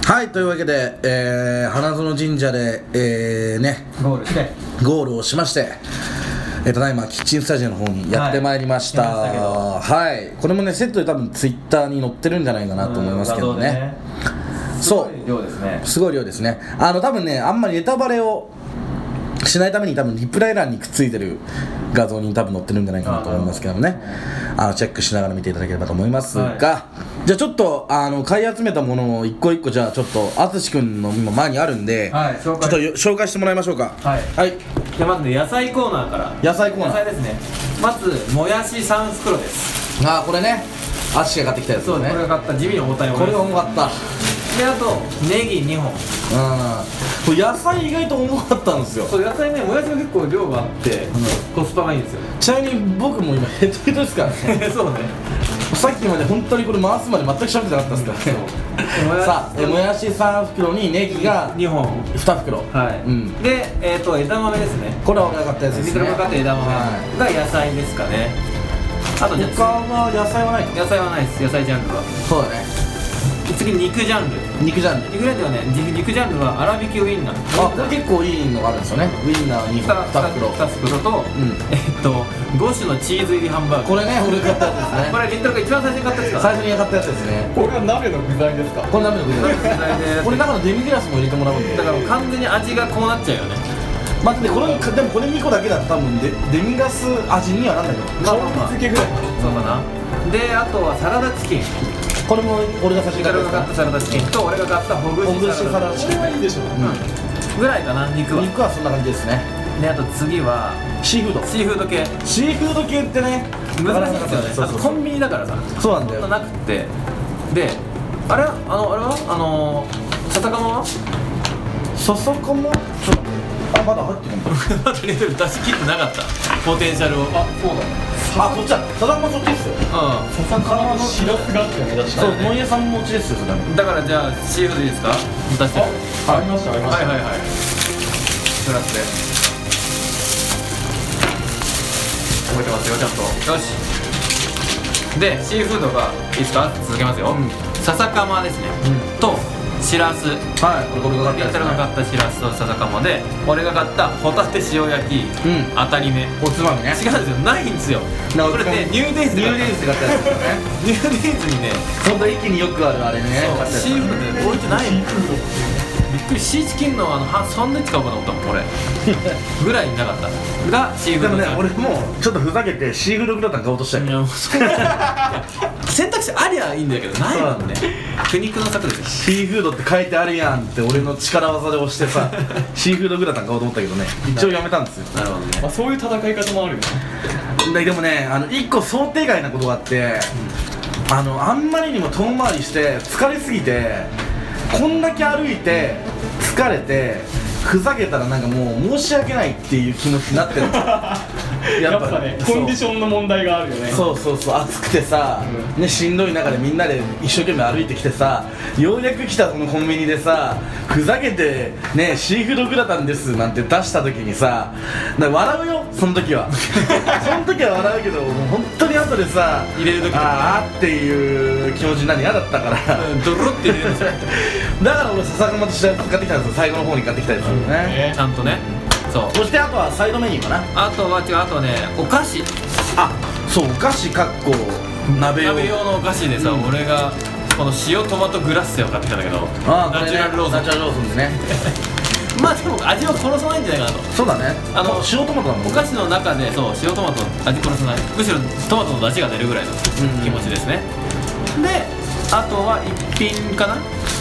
はいというわけで、えー花園神社で、えーねゴールしてゴールをしまして、えーただいまキッチンスタジオの方にやってまいりました、はい来まはいこれもねセットで多分ツイッターに載ってるんじゃないかなと思いますけどねそう量ですねすごい量ですねあの多分ねあんまりネタバレをしないために多分リプライ欄にくっついてる画像に多分載ってるんじゃないかなと思いますけどもねあのチェックしながら見ていただければと思いますが、じゃあちょっとあの買い集めたものを一個一個じゃあちょっと淳君の今前にあるんで、はいちょ紹っ介とよ紹介してもらいましょうかはいはい、じゃあまずね野菜コーナーから野菜コーナー野菜ですねまずもやし3袋ですああこれね淳が買ってきたやつそうねねこれが買った地味に重たいおこれや重かったつであとネギ2う本んこれ野菜意外と重かったんですよそう野菜ねもやしも結構量があってコスパがいいんですよちなみに僕も今ヘトヘトですからね そうねさっきまで本当にこれ回すまで全く喋ってなかったですからそうねさあえもやし3袋にネギが2本2袋はい、うんでえっ、と枝豆ですねこれは俺が買ったやつです水ねからかって枝豆はいが野菜ですかねあとじゃ他あは野菜はないか野菜はないです野菜ジャンルはそうだね次肉ジャンル肉じゃんね肉ジャンルはね肉ジャンルは粗挽きウインナーあこれ結構いいのがあるんですよねウインナー2 2, 本2袋袋と、んえっと5種のチーズ入りハンバーグこれね俺が買ったやつですこねれリントルが一番最初に買ったやつか最初に買ったやつですねこれは鍋の具材ですかこれダメだ最初に買ったやつこれ中のデミグラスも入れてもらうんでだからもう完全に味がこうなっちゃうよねまあでこのでもこれ2個だけだったら多分デデミガス味にはなんないけど香り付けぐらいそうかなであとはサラダチキンこれも俺が差し光入れでがす買かったサラダチキンと俺が買ったほぐほぐししササララダダチチキキンンいいでしょぐらいかな肉は肉はそんな感じですねであと次はシーフードシーフード系シーフード系ってね難しいですよねそうあそとうコそうンビニだからさそうなんだそんよななくてであれあのあれはあの笹か まはそそこもちょっと待ってあまだ入ってるんだとりあえず出し切ってなかったポテンシャルをうんあそうだあこっちだサダンもそっちですよ笹かまのシラスがあってねそうもんやさんもちですよそれだからじゃあシーフードいいですか出してありましたありましはたいはいはいプラスで覚えてますよちゃんとよしでシーフードがいいですか続けますよ、笹かまですね、としらすはいこれ僕が買やったらが買ったしらすと笹かまで俺が買ったホタテ塩焼き、ん当たり目違うんおつまみねですよないんですよなおこれねニューデイズニでュー買った デイズで買ったやつですよねニューデイズにね本当一気によくあるあれね買ったやつシーフードで置いてないのびっくりシーチキンのあのはサンドイッチ買おうかなと思ったもん俺ぐらいなかったがシーフでーもドねだった俺もうちょっとふざけてシーフードグラタン買おうとしたよいやもうそんないや選択肢ありゃいいんだけどないもんね苦肉の策ですよシーフードって書いてあるやんって俺の力技で押して さシーフードグラタン買おうと思ったけどね一応やめたんですよなるほどねまあそういう戦い方もあるよねででもねあの一個想定外なことがあって、あのあんまりにも遠回りして疲れすぎてこんだけ歩いて疲れてふざけたらなんかもう申し訳ないっていう気持ちに なってるやっぱねそうコンディションの問題があるよねそうそうそう暑くてさ、ね、しんどい中でみんなで一生懸命歩いてきてさようやく来たこのコンビニでさふざけて、ね、シーフードグラタンですなんて出した時にさなんか笑うよその時 はその時は笑うけどもう本当に後でさ入れる時とかねああっていう気持ちになるの嫌だったからうんドロって入れるんですよ だから俺笹熊として買ってきたんですよ最後の方に買ってきたやつだよね、ちゃんとねそうそしてあとはサイドメニューかなあとは違うあとねお菓子あそうお菓子かっこ鍋用鍋用のお菓子でさ、俺がこの塩トマトグラッセを買ってきたんだけどああナチュラルローソナチュラルローソンでねンまあでも味を殺さないんじゃないかなとそうだねああのの塩トマトなのお菓子の中でそう塩トマトの味殺さないむしろトマトの出汁が出るぐらいのうん気持ちですね、であとは一品かな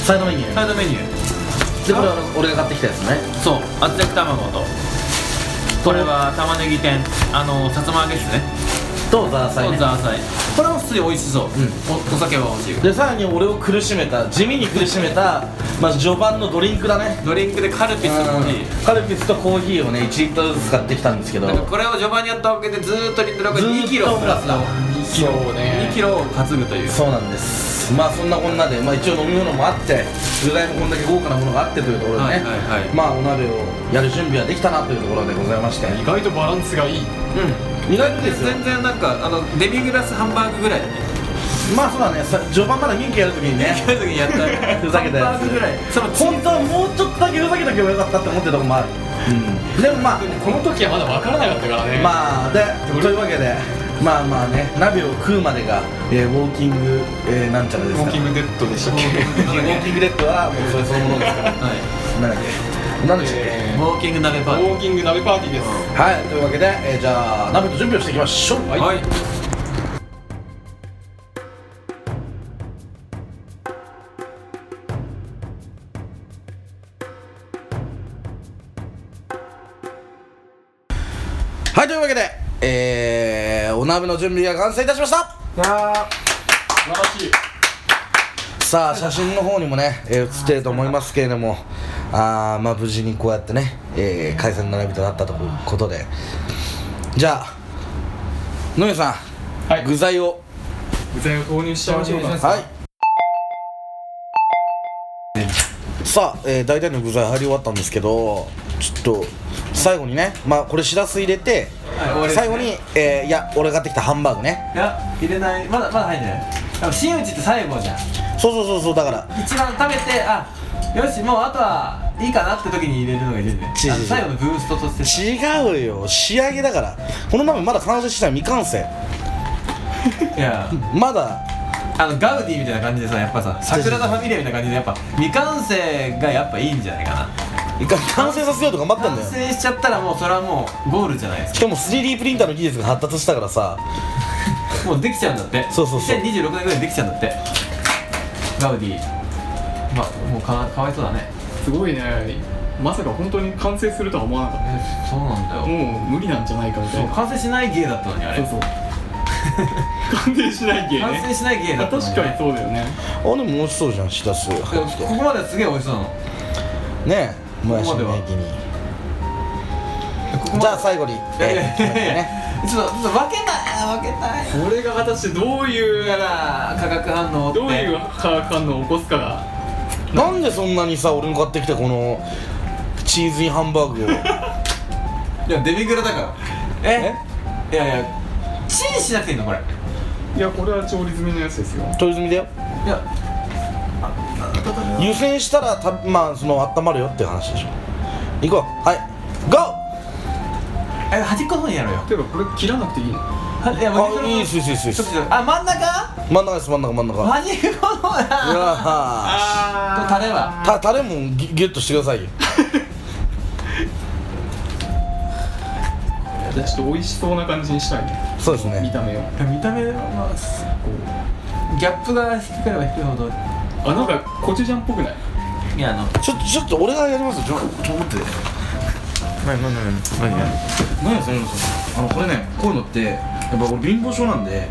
サイドメニューサイドメニューでこれは俺が買ってきたやつねそう厚焼き卵とこれは玉ねぎ天あのさつま揚げですねとザーサイそうねザーサイこれは普通に美味しそう、んおお酒は美味しいでさらに俺を苦しめた地味に苦しめたまず序盤のドリンクだねドリンクでカルピスのしいカルピスとコーヒーをね1リットルずつ買ってきたんですけどだからこれを序盤にやったわけでずーっとリットルが2キロプラスの2キそうね2キロを担ぐというそうなんですまあそんなこんなで、まあ、一応飲み物もあって具材もこんだけ豪華なものがあってというところでね、はいはいはいまあお鍋をやる準備はできたなというところでございまして意外とバランスがいいうん意外とですよ全然なんかあのデミグラスハンバーグぐらいだねまあそうだねさ序盤からミンキやるときにね近い時にやったふざけたやつハンバーグぐらいそのチー本当はもうちょっとだけふざけとけばよかったって思ってるとこもある、うん、でもまあこの時はまだ分からなかったからねまあでというわけでまあまあね鍋を食うまでが、えーウォーキング、えーなんちゃらでウすォかーらキングデッドでしたっけウォーキングレッドはもうそれそのものですからはいなんだっけなんでしたっけ、えウォーキング鍋パーウーティォーキング鍋パーティーですはいというわけで、えーじゃあ鍋と準備をしていきましょう、ーはいはいというわけでえーお鍋の準備が完成いたしました素晴らしいさあ写真の方にもね、えー写っていると思いますけれどもあーまあ無事にこうやってね、えー、解散並びとなったということでじゃあ野宮さん、はい具材を具材を購入しちゃいましょうかはいさあ、えー大体の具材入り終わったんですけどちょっと最後にねまあこれしらす入れて、はい終わりですね最後に、えーいや俺が買ってきたハンバーグねいや入れないまだまだ入んないでも真打ちって最後じゃんそうそうそうそうだから一番食べてあよしもうあとはいいかなって時に入れるのがいいんだよ違うあの最後のブーストとして違うよ仕上げだからこの鍋まだ完成してない未完成 いやまだあのガウディみたいな感じでさやっぱさ桜田ファミリアみたいな感じでやっぱ未完成がやっぱいいんじゃないかな一回完成させようと頑張ったんだよ成しちゃったらもうそれはもうゴールじゃないですしかも 3D プリンターの技術が発達したからさかもうできちゃうんだってそうそうそう2026年ぐらいにできちゃうんだってガウディまあもうかかわいそうだねすごいねまさか本当に完成するとは思わなかっそうなんだたよもう無理なんじゃないかみたそいうな完成しない芸だったのにあれそう そう完成しない芸完成ねしない芸だあったの確かにそうだよねあでも美味しそうじゃんしらす入でもっここまではすげえ美味しそうなのてねえもやしここまではの焼きにここまでじゃあ最後にいやいえやーい決めやていやねちょっとちょっと分けない分けないこれが果たしてどういうだから化学反応ってどういう化学反応を起こすかがなんでそんなにさ俺の買ってきたこのチーズインハンバー グをいやデミグラだからえいやいやチンしなくていいのこれいいやこれは調理済みのやつですよ取り済みだよや湯煎したらたまあその温まるよっていう話でしょ行こうはいゴえ端っこの方にやろうよ例えばこれ切らなくていいのはいやもうあいいっすいいっすいいっすいいっすちょっとちょっとあ真ん中ー真ん中です真ん中真ん中端っこの方いやだはとタレはたタレもギュギュッとしてくださいよじゃあちょっと美味しそうな感じにしたいねそうです見ねた目をこ見た目はうギャップが低ければ低いほどあなんかコチュジャンっぽくないいやあのちょっとちょっと俺がやりますよちょちょっと待って何何何何何やそれあのこれねこういうのってやっぱ俺貧乏症なんで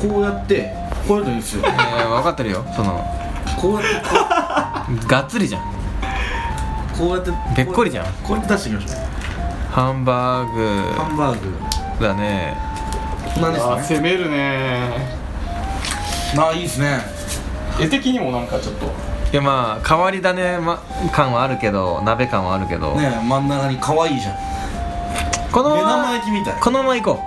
こうやってこうやるといいんですよえ分かってるよそのこうやってこがっつりじゃんうこうやってべっこりじゃんこうやって出していきましょハンバうハーンバーググだねなんあですね攻めるねあいいですね絵的にもなんかちょっといやまあ変わり種、ま、感はあるけど鍋感はあるけど、ねえ真ん中に可愛いじゃんこの目ま玉ま焼きみたいこのまま行こう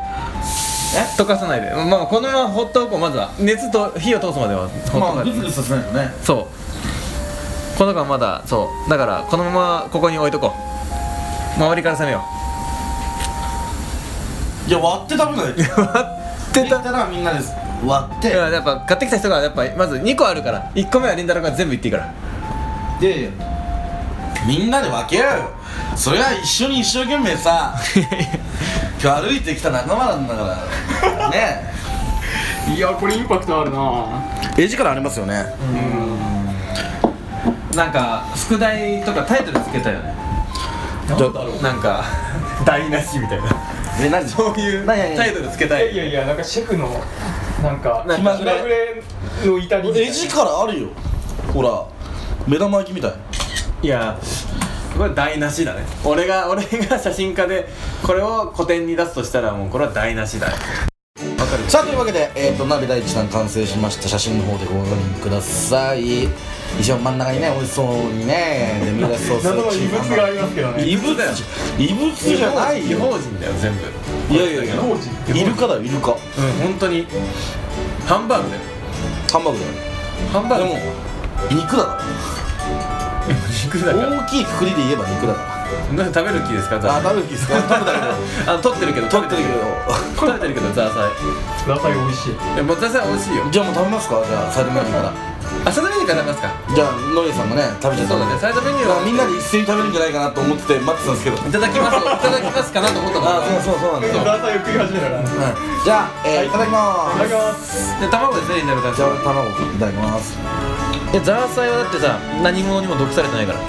え溶かさないでまあこのまま放っておこうまずは熱と火を通すまでは放っまとあかなグいツグツさせないとねそうこの子はまだそうだからこのままここに置いとこう周りから攻めよいや割って食べないでう割ってきたたらみんなです割っいてややっぱ買ってきた人がやっぱまず2個あるから1個目はりんたろーが全部いっていいからでみんなで分け合うよそりゃ一緒に一生懸命 さ今日歩いてきた仲間なんだからねいやこれインパクトあるな絵力ありますよねなんか宿題とかタイトルつけたよねなんだろなんか 台無しみた いなえ何そういうタイトルつけたいやいいやいやなんかシェフのなんかなんか気まぐれの至りみたいな絵力あるよほら目玉焼きみたいいやこれは台無しだね俺が俺が写真家でこれを古典に出すとしたらもうこれは台無しだねわかるさあというわけで、えー、と鍋第一弾完成しました写真の方でご確認ください一応真ん中にね美味しそうにねデミグラスソース謎の異 物がありますけどね異物だよ異物じゃない違よ法人だよ全部いやいやいや当時イルカだよイルカうん本当にハンバーグだよハンバーグハンバだーよグでも肉だか肉だらから大きいくくりで言えば肉だかなんか食べる気ですからザーサイ食べる気です か食べたけどあの撮ってるけど食べてるけど食べてるけどザーサイザーサイ美味しいいやもうザーサイ美味しいよじゃあもう食べますかじゃあサイドメニューからあサイドメニューから食べますかじゃあノリさんがね食べちゃったそうだねサイドメニュだからーはみんなで一斉に食べるんじゃないかなと思ってて待ってたんですけどいただきます いただきますかなと思ったのああそうそうそうなんですよザーサイを食い始めたからいはいじゃあ、えーい、ただきまただーきすますで卵ですねになるからじゃあ俺卵いただきますいやザーサイはだってさ何者にも毒されてないから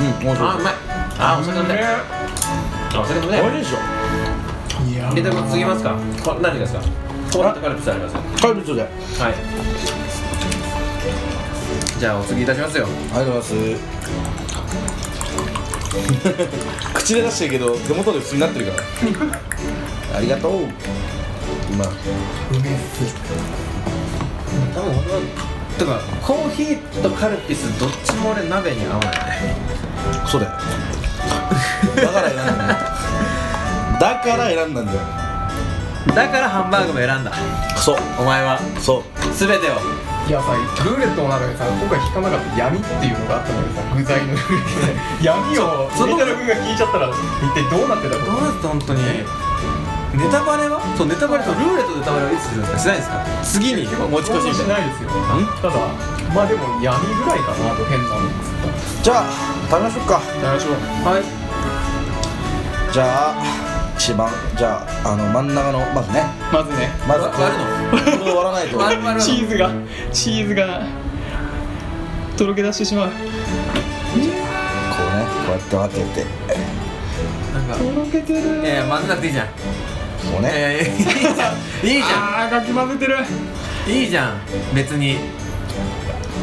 うん面白いまいあお魚だあお魚だ美味しいでしいやえでも次ますかこ何がですかコーラとカルピスありますょカルビットであはいじゃあお次いたしますよりがとうございます 口で出してるけど手元で普通になってるからありがとう今多分俺はてかコーヒーとカルピスどっちも俺鍋に合わないねそうだよだから選んだんだよだから選んだんだよだからハンバーグも選んだそうお前はそう全てをいやさルーレットの中でさ今回引かなかった闇っていうのがあったのにさ具材のルーレットで闇をそそのみたる君が聞いちゃったら一体どうなってたどうのやって本当にネタバレはそうネタバレとルーレットでネタバレはいつするんですかしないんですか次に持ち越しみたいなないですよただまあでも闇ぐらいかなと変なのじゃあ食べましょうか大丈夫はいじゃあ一番じゃああの真ん中のまずねまずねまず割こ割るのれこれ割らないと割る割るチーズがチーズがとろけ出してしまうこうねこうやって当ててなんかとろけてるいやいや混ぜなくていいじゃんいこうね、やいやいいじゃんいいじゃあーかき混ぜてるんいいじゃん別に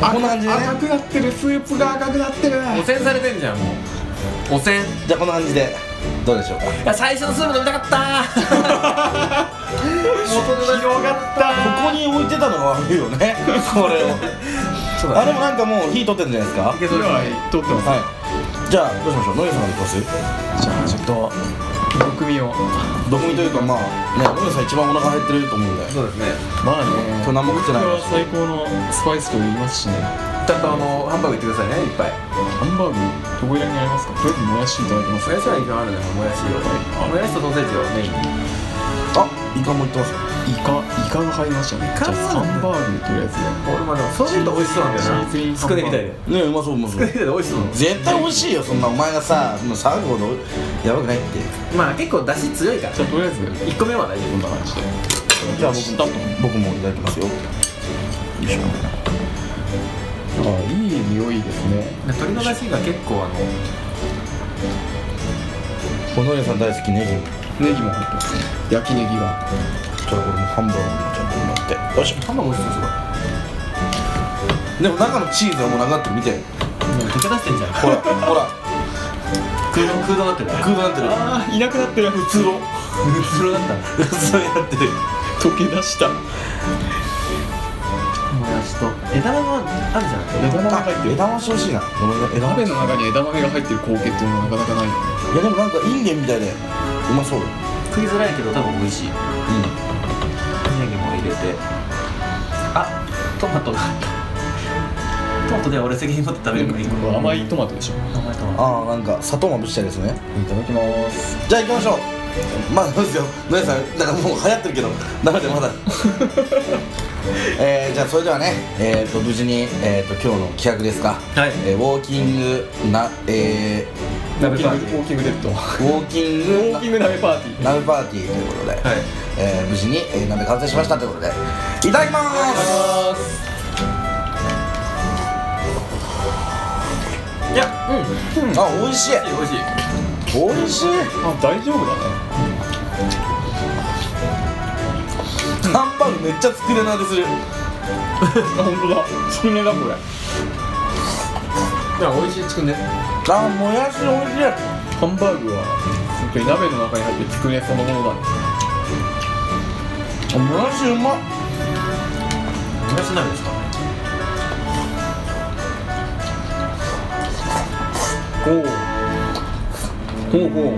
こんな感じでね赤くなってるスープが赤くなってる汚染されてんじゃんもう汚染いじゃあこんな感じでどうでしょうかや最初のスープ飲みたかった 広がったここに置いてたのが悪いよねこれをそうだあでもなんかもう火取ってるんじゃないですかいけそうですね取ってますはいじゃあどうしましょう野家さんから行きますじゃあちょっと毒味を毒味というかまあね野家さん一番お腹減ってると思うんでそうですねまあね今日何も食ってないこれかはら最高のスパイスと言いますしねちゃんとあのハンバーグいってくださいねいっぱいハンバーグどこら辺にありますかとりあえずもやしいただきますもやしは一番あるねもやしをもやしとソーセージをメインにあイカもいってますイカイカが入りましたねイカじゃあなんだハンバーグとりあえず俺まあでもソーセージと美味しそうなんだよチーズインなつくねみたいでねうまそううまそうつくねみたいで美味しそう絶対美味しいよそんなお前がさもう騒ぐほどやばくないってまあ結構出汁強いからじゃあとりあえず1個目は大丈こんな感じでじゃあ僕僕もいただきますよよいしょあいい匂いですね夫鶏の出汁が結構あのこの野家さん大好きネギネギも入ってますね焼きネギがちょっとこれもハンバーグもちゃんともらってよいしハンバーグ美味しそうですょでも中のチーズはもうなくなってる見てごいもう溶け出してんじゃんほらほら空洞空洞になってる空洞になってるあいなくなってる普通の空洞だったそうやってる溶け出したもやしと枝玉あるじゃん枝豆があ入ってる枝まし欲しいなごめんね枝ま鍋の中に枝豆が入ってる光景っていうのはなかなかないよねいやでもなんかインゲンみたいでうまそうだ食いづらいけど多分美味しういネギも入れてあトマトがトマトで俺責任持って食べるからいいこれ甘いトマトでしょ甘いトマんトああなんか砂糖まぶしたいですねいただきますじゃあ行きましょうまあそうですよ野家さんなんかもう流行ってるけどなのでまだ えー、じゃあそれではね、えー、と無事に、えー、と今日の企画ですか、はいえーウォーキングな、えウォーキングウォーキングデッドウー、ウォーキングォーキング鍋パーティー鍋パーティーということで、はいえー無事に、えー鍋完成しましたということでいただきますいやうんあ美味しい美味しい美味しいあ大丈夫だねハンバーグめっちゃつくねなでするあ本当だつくねだこれいや美味しいつくねあもやし美味しいハンバーグは本当に鍋の中に入ってるつくねそのものだねあもやしうまっもやし鍋ですかほうほううんうん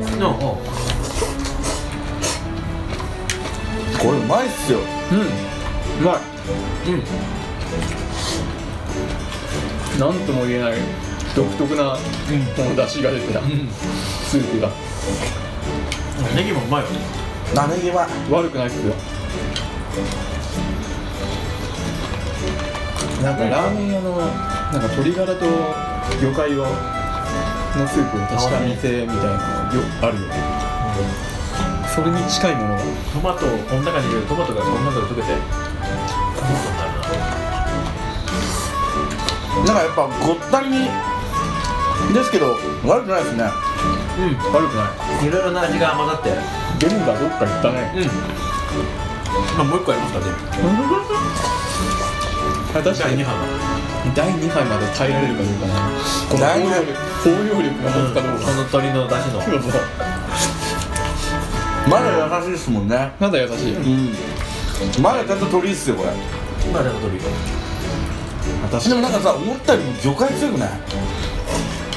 これうまいっすようまいうんなんとも言えない独特なこの出汁が出てたスープがネギもうまいよねなネギは悪くないっすよなんかラーメン屋のなんか鶏ガラと魚介をのスープを足した店みたいなのよあるよねそれに近いものがトマトをこの中に入れるトマトがこの中で溶けてトマトにななるなんかやっぱごったりにですけど悪くないですね悪くないいろいろな味が混ざってデムがどっか行ったねうんまあもう一個ありますからね確か第2に波が第2杯まで耐えられるかどうかなこの第二杯包容力包容力が持つかどうこの鶏の出汁のかそうそうまだ優しいっすもんねまだ優しいうんまだちゃんと鳥っすよこれ今での鶏でもなんかさ思ったよりも魚介強くない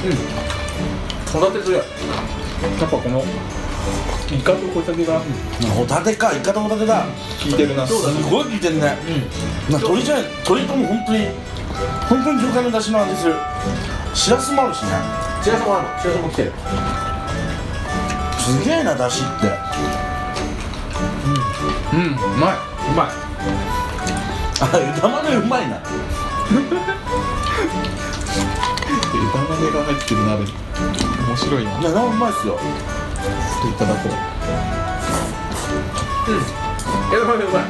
育て強いやっぱこのイカとホタテがホタテかイカとホタテだ効いてるなそうだねすごい効いてんねなんか鳥じゃない鳥とも本当に本当に魚介の出汁の味するしらすもあるしねシラスもあるのシラスも来てるすげえな出汁ってうんうまいうまいあ枝豆うま いな枝豆が入ってる鍋面白いな枝豆うまいっすよちょっといただこう枝豆うまい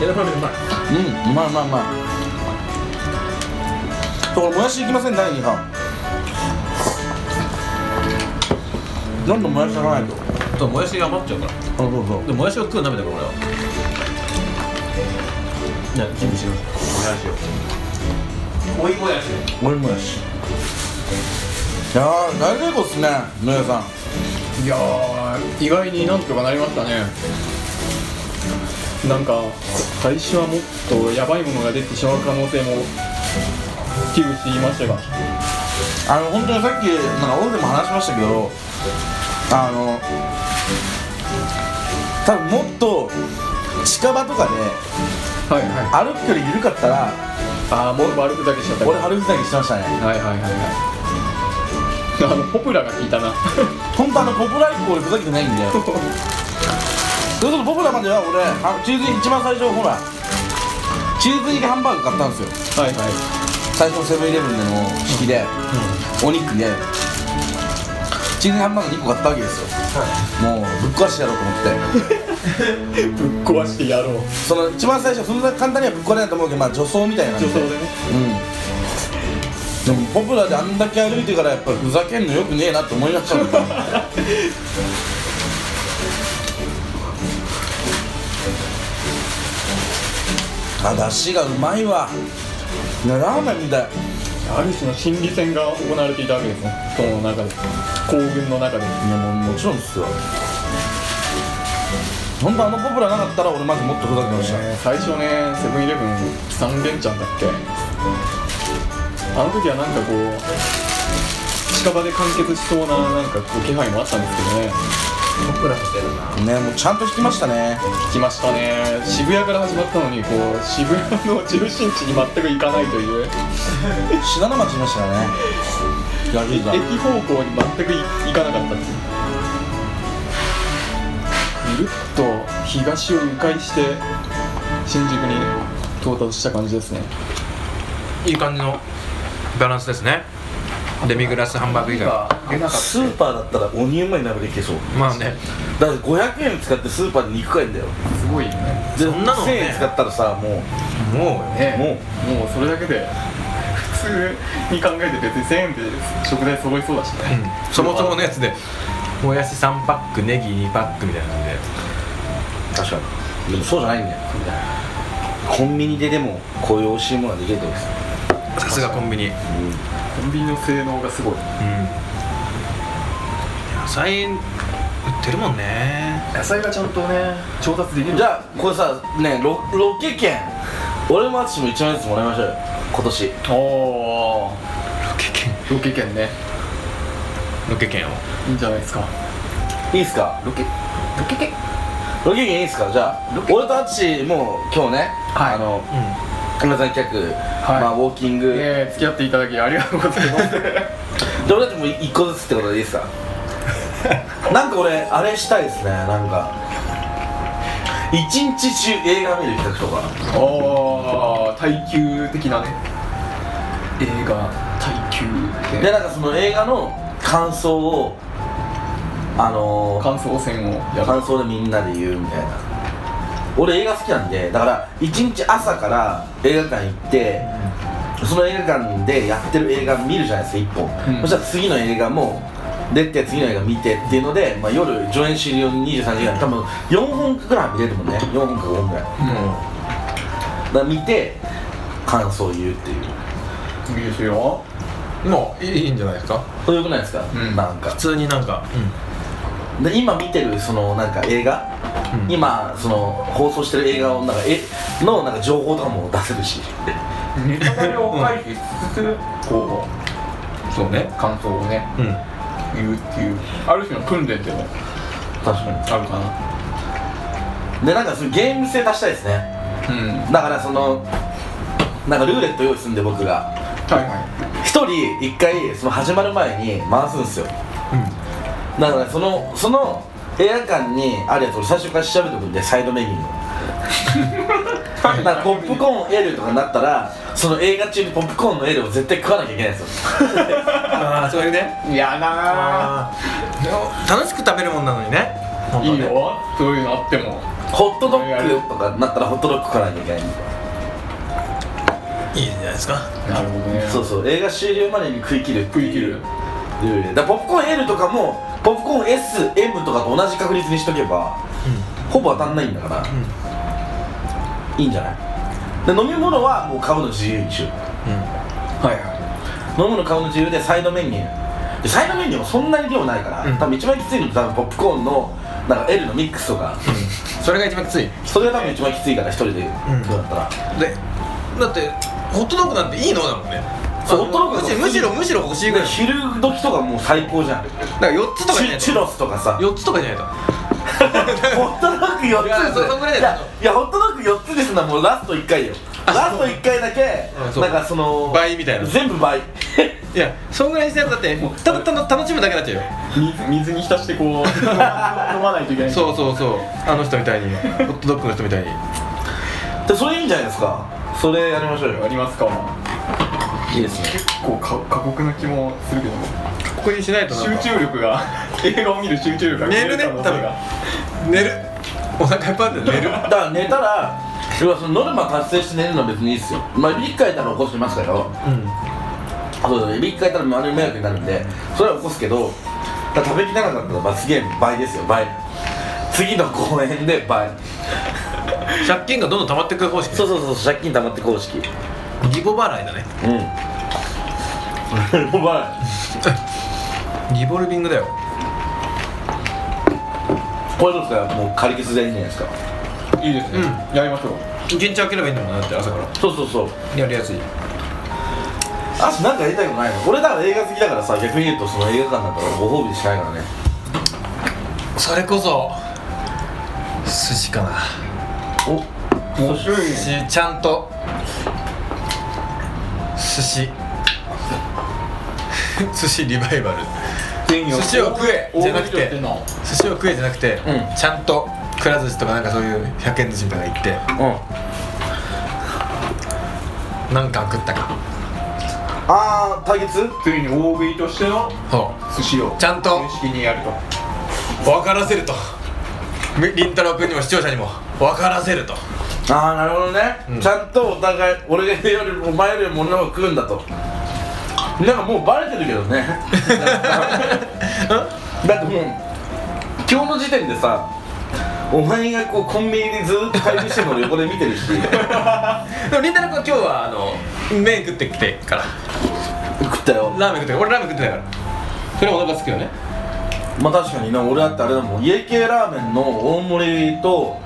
枝豆うまいうんうまいうまいうまいとこれもやしいきません第2版どんどんもやしやらないとともやしが余っちゃうからあそうそうでももやしを食う鍋だから俺はじゃあ準備しようもやしを追いもやし俺もやしいやー大成功っすね野谷さんいやー意外になんとかなりましたねなんか最初はもっとやばいものが出てしまう可能性も危惧していましたがあの本当にさっきなんかオフでも話しましたけどあの多分もっと近場とかではいは歩いく距離緩かったらああもう悪くだけしちゃった俺春ふざけしてましたねはいはいはいはいあのポプラが効いたな本当あのポプラ以降俺ふざけてないんだよそれこそポプラまでは俺あチーズ一番最初ほらチーズ入りハンバーグ買ったんですよはいはい最初のセブンイレブンでの引きで、お肉でチーズハンバーグ2個買ったわけですよ、もうぶっ壊してやろうと思ってぶっ壊してやろうその一番最初そんな簡単にはぶっ壊れないと思うけどまあ女装みたいな感女じ装ででねうんでもポプラであんだけ歩いてからやっぱふざけんのよくねえ なって思いましたもんあだしがうまいわいやラーメンみたいある種の心理戦が行われていたわけですねその中で行軍の中でいやもうもちろんですよ本当あのポプラなかったら俺マジもっとふざけてました、ね最初ねセブンイレブン3連チャンだっけあの時はなんかこう近場で完結しそうななんかこう気配もあったんですけどねねもうちゃんと弾きましたね聞きましたね渋谷から始まったのにこう渋谷の中心地に全く行かないという信濃町いましたよねヤク駅ルト方向に全く行かなかったんですよぐるっと東を迂回して新宿に到達した感じですねいい感じのバランスですねデミグラスハンバーグ以外はスーパーだったら鬼うまい鍋でいけそうまあねだって500円使ってスーパーで肉買えんだよすごいよねでそんなのね1000円使ったらさもうもうねももうそれだけで普通に考えて別に1000円で食材揃いそうだしね、そもそものやつでもやし3パックネギ2パックみたいなんで確かにでもそうじゃないんだよコンビニででもこういう美味しいものができるってことですさすがコンビニうんコンビニの性能がすごい野菜売ってるもんね野菜がちゃんとね調達できるじゃあこれさねロロケ券俺も淳も1万円ずつもらいましょうよ今年おおロケ券ロケ券ねロケ券をいいんじゃないですかいいっすかロケロケ券ロケ券いいっすかじゃあ俺と淳もう今日ね、はいあのう山崎客、まあウォーキング、えー、付き合っていただきありがとうございます で俺たちも1個ずつってことでいいっす かなんか俺あれしたいですねなんか一日中映画見る企画とかおお耐久的なね映画耐久ででなんかその映画の感想をあのー、感想戦をやる感想でみんなで言うみたいな俺映画好きなんでだから一日朝から映画館行ってその映画館でやってる映画見るじゃないですか一本、うんそしたら次の映画も出て次の映画見てっていうので、まあ、夜上演終了23時間多分4本ぐらい見れるもんね4本か5本ぐらいだから見て感想を言うっていう次ですよんもういいいいんじゃないですかそれよくないですか、んなんか普通になんかで今見てるそのなんか映画、うん今その放送してる映画をなんかえのなんか情報とかも出せるしネタバレを回避しつつ、こうそうね感想をねうんうん言うっていうある種の訓練でも確かあるかにでなんかそのゲーム性出したいですねなうんはいだからそのなんかルーレット用意するんで僕がは一人一回その始まる前に回すんですよだからそのその映画館にあるやつ俺最初から調べておくんでサイドメニュ ーをだからポップコーン L とかになったらその映画中にポップコーンの L を絶対食わなきゃいけないんですよああそういうねやだあー楽しく食べるもんなのにね本当いいねよそういうのあってもホットドッグとかになったらホットドッグ食わなきゃいけないみたいいいじゃないですかなるほどねなそうそう映画終了までに食い切る食い切るルールだからポップコーン L とかもポップコーン SM とかと同じ確率にしとけば、ほぼ当たんないんだから、いいんじゃないで飲み物はもう買うの自由にしようはいは飲むの買うの自由でサイドメニューでサイドメニューもそんなに量ないから、うん多分一番きついのって多分ポップコーンのなんか L のミックスとか、それが一番きついそれが多分一番きついから一人で食うだったら、でだってホットドッグなんていいのだもんねそうホットドッグむしろむしろむしろ欲しいぐらい昼時とかもう最高じゃんだから4つとかじゃないチュチュとロスとかさ4つとかじゃないとホットドッグ4ついやそそんぐらいだよいやいやホットドッグ4つですなもうラスト1回よラスト1回だけうんそうなんかその倍みたいな全部 倍いやそんぐらいにしてだってもうただただ楽しむだけになっちゃうよい水水に浸してこう飲まないといけないそうそうそうあの人み たいにホットドッグの人みたいにでそれいいんじゃないですかそれやりましょうあよりますかいいですねこうか過酷な気もするけどここにしないとなん集か中力が映画を見る集中力が寝るね可能性が寝るお腹いっぱいあるんだよ寝るだから寝たら要はそのノルマ達成して寝るのは別にいいですよまあいびきかいたら起こしますけどそうだねいびきかいたら周りに迷惑になるんでそれは起こすけどだから食べきらなかったら罰ゲーム倍ですよ倍次の公演で倍借金がどんどん溜まってくる方式そうそうそう借金溜まって公式自己払いだねうん。やばリボルビングだよい。これどうですか、もう仮決でいいんじゃないですか。いいですね、やりましょう一日開ければいいんだもんなだって朝からそうそうそう。やりやすいあとなんかやりたいことないの。俺だから映画好きだからさ、逆に言うと、その映画館なんかご褒美しかないからね。それこそ寿司かなお。面白い寿司ちゃんと寿司 寿司リバイバル寿司を食えじゃなくて寿司を食えじゃなくて、うちゃんとくら寿司とかなんかそういう100円寿司みたいなの行ってうん。何か食ったかあー、対決。ついに大食いとしてのそう寿司をちゃんと正式にやると分からせるとみりんたろうくんにも視聴者にも分からせるとあー、なるほどね。んちゃんとお互い、俺がよりも、お前よりも俺の方が食うんだと。なんかもうバレてるけどね。だってもう、今日の時点でさ。お前がこうコンビニでずーっと会議してるのを横で見てる しでもりんたろうくんは今日はあの麺食ってきてから食ったよラーメン食って俺ラーメン食ってないからそれお腹すくよねまあ確かにな俺だってあれだもん家系ラーメンの大盛りと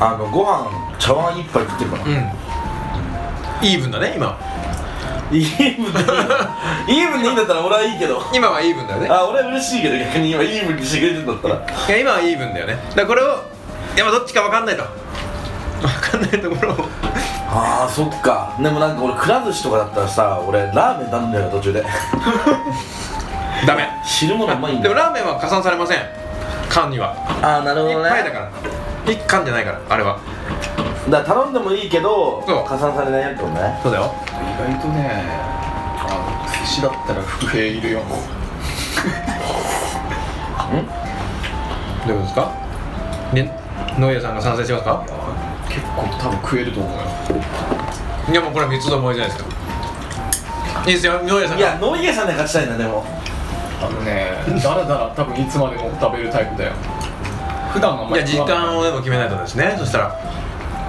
あのご飯茶碗一杯食ってるから、うんイーブンだね今はイーブンでいいイーブンでいいんだったら俺はいいけど今はイーブンだよねあ俺は嬉しいけど逆に今イーブンにしてくれてんだったらいや今はいい分だよねだからこれをいやまあどっちか分かんないと分かんないところをあーそっかでもなんか俺くら寿司とかだったらさ俺ラーメン頼んだよ途中で ダメ汁物うまいんだでもよラーメンは加算されません缶にはあーなるほ一どね杯だから一缶じゃないからあれはだから頼んでもいいけどそう加算されないやってことねそうだよ意外とねあの寿司だったら伏兵いるよどういうことですかねノイヤさんが賛成しますか結構多分食えると思うよいやもうこれは三つどもえじゃないですかいいですよノイヤさんいやノイエさんで勝ちたいなでもあのねだらだら多分いつまでも食べるタイプだよ普段あんいまやり時食わない間をでも決めないとですねそしたら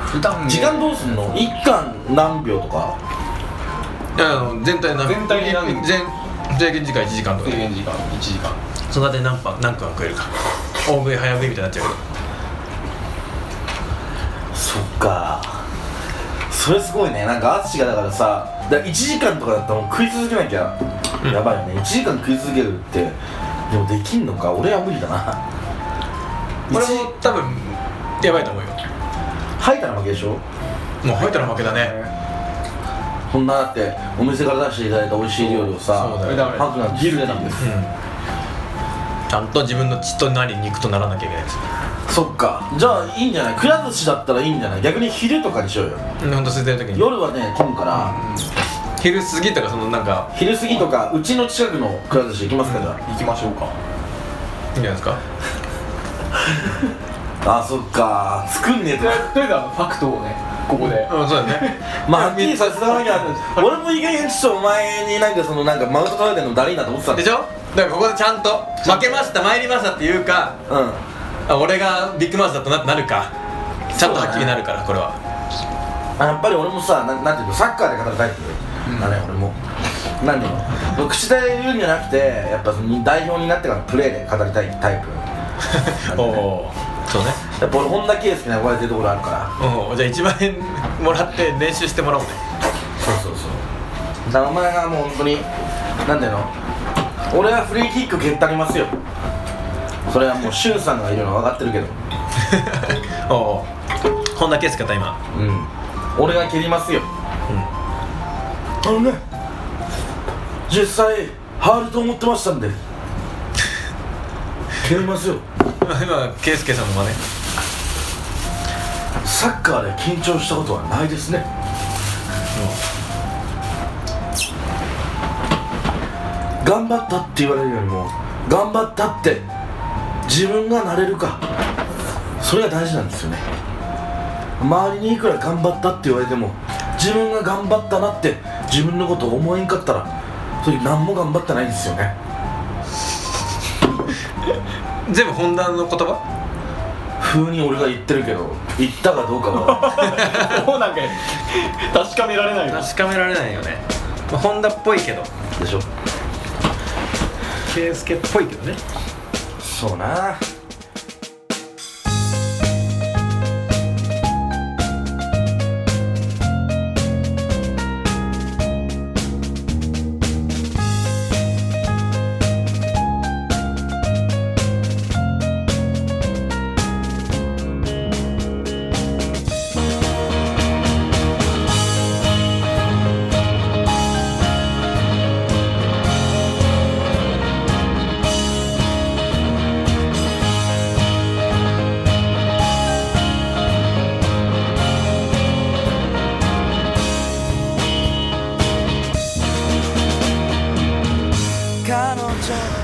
普段ね時間どうすんの一貫何秒とかいやあの全体何全体に何全制限時間1時間とか制限時間1時間その間に何パン何缶食えるか大食い早食いみたいになっちゃうけどそっかそれすごいねなんか淳がだからさだ1時間とかだったらもう食い続けなきゃ、やばいよね1時間食い続けるってでもできんのか俺は無理だなこれも多分やばいと思うよ吐いたら負けでしょもう入ったら負けだねこんなだってお店から出していただいた美味しい料理をさそうだよこれダメ吐くなんてギルテなんィでですすうんゃんと自分の血となり肉とならなきゃいけないですそっかじゃあいいんじゃないくら寿司だったらいいんじゃない逆に昼とかにしようよほんと捨てる時に夜はね混むから、昼過ぎとかそのなんか昼過ぎとかうちの近くのくら寿司行きますかじゃ行きましょうかいいんじゃないですかああそっか作んねえ ととりあえずあのファクトをねここでうんそうだ ねまあはっきりさせたわけは俺も意外にちょっとお前になんかそのなんかマウント取られてるのだるいなと思ってたんでしょだからここでちゃんと負けました参りましたっていうかうんあ俺がビッグマウスだったなってなるかちゃんとはっきりなるからこれはあやっぱり俺もさななんていうのサッカーで語るタイプだね、俺もなんでも口で言うんじゃなくてやっぱその代表になってからプレーで語りたいタ イプおおそうねやっぱ俺本田圭佑に憧れてるところあるからおおじゃあ1万円もらって練習してもらおうねそうそうそうだからお前がもう本当になんていうの俺はフリーキック蹴ったりますよそれはもう俊さんがいるのは分かってるけどおお本田圭佑だった 今うん俺が蹴りますよあのね実際ハールと思ってましたん で蹴りますよ今圭佑さんの真似サッカーで緊張したことはないですね頑張ったって言われるよりも頑張ったって自分がなれるかそれが大事なんですよね周りにいくら頑張ったって言われても自分が頑張ったなって自分のことを思えんかったらそれ何も頑張ってないんですよね全部本田の言葉風に俺が言ってるけど言ったかどうかはもうなんか確かめられない確かめられないよね、まあ、本田っぽいけどでしょ圭介っぽいけどねそうな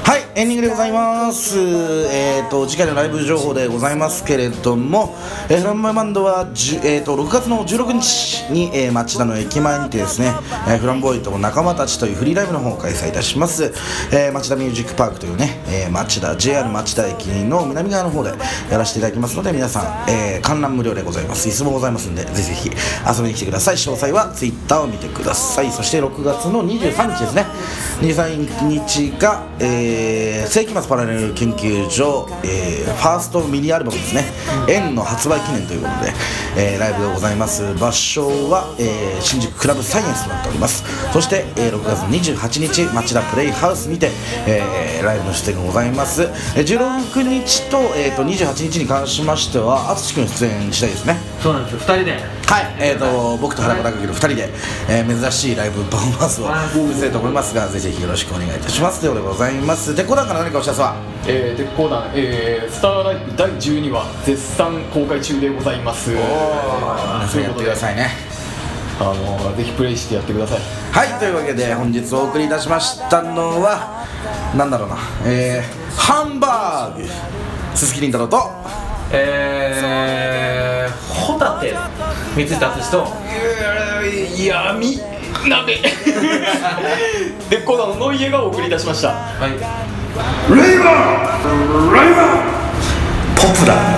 はい、エンディングでございます。えっ、と次回のライブ情報でございますけれども、えー、フランボイバンドはじゅえっ、と6月の16日に、えー町田の駅前にてですね、えーフランボイと仲間たちというフリーライブの方を開催いたします。えー町田ミュージックパークというね、えー町田 JR 町田駅の南側の方でやらせていただきますので皆さん、えー観覧無料でございます。椅子もございますんでぜひぜひ遊びに来てください。詳細は Twitter を見てください。そして6月の23日ですね。23日が、えー世紀末パラレル研究所、えーファーストミニアルバムですね「円の発売記念ということで、えーライブがございます場所は、えー新宿クラブサイエンスとなっておりますそして、えー6月28日町田プレイハウスにて、えーライブの出演がございます、えー16日と,、えーと28日に関しましては淳君出演次第ですねそうなんですよ2人ではい、えー、と僕と原子高弘2人で、えー珍しいライブパフォーマンスを見せたいと思いますがぜひぜひよろしくお願いいたしますということでございますでこだから何かお知らせはえー、鉄鋼団、えー、スターライブ第12話絶賛公開中でございますお皆さんやってくださいねあのぜひプレイしてやってくださいはいというわけで本日お送りいたしましたのはなんだろうなえー、ハンバーグ鈴木凛太郎とえー、ホタテ三つ達と闇鍋 鉄鋼団のノイエがお送りいたしましたはいポプラ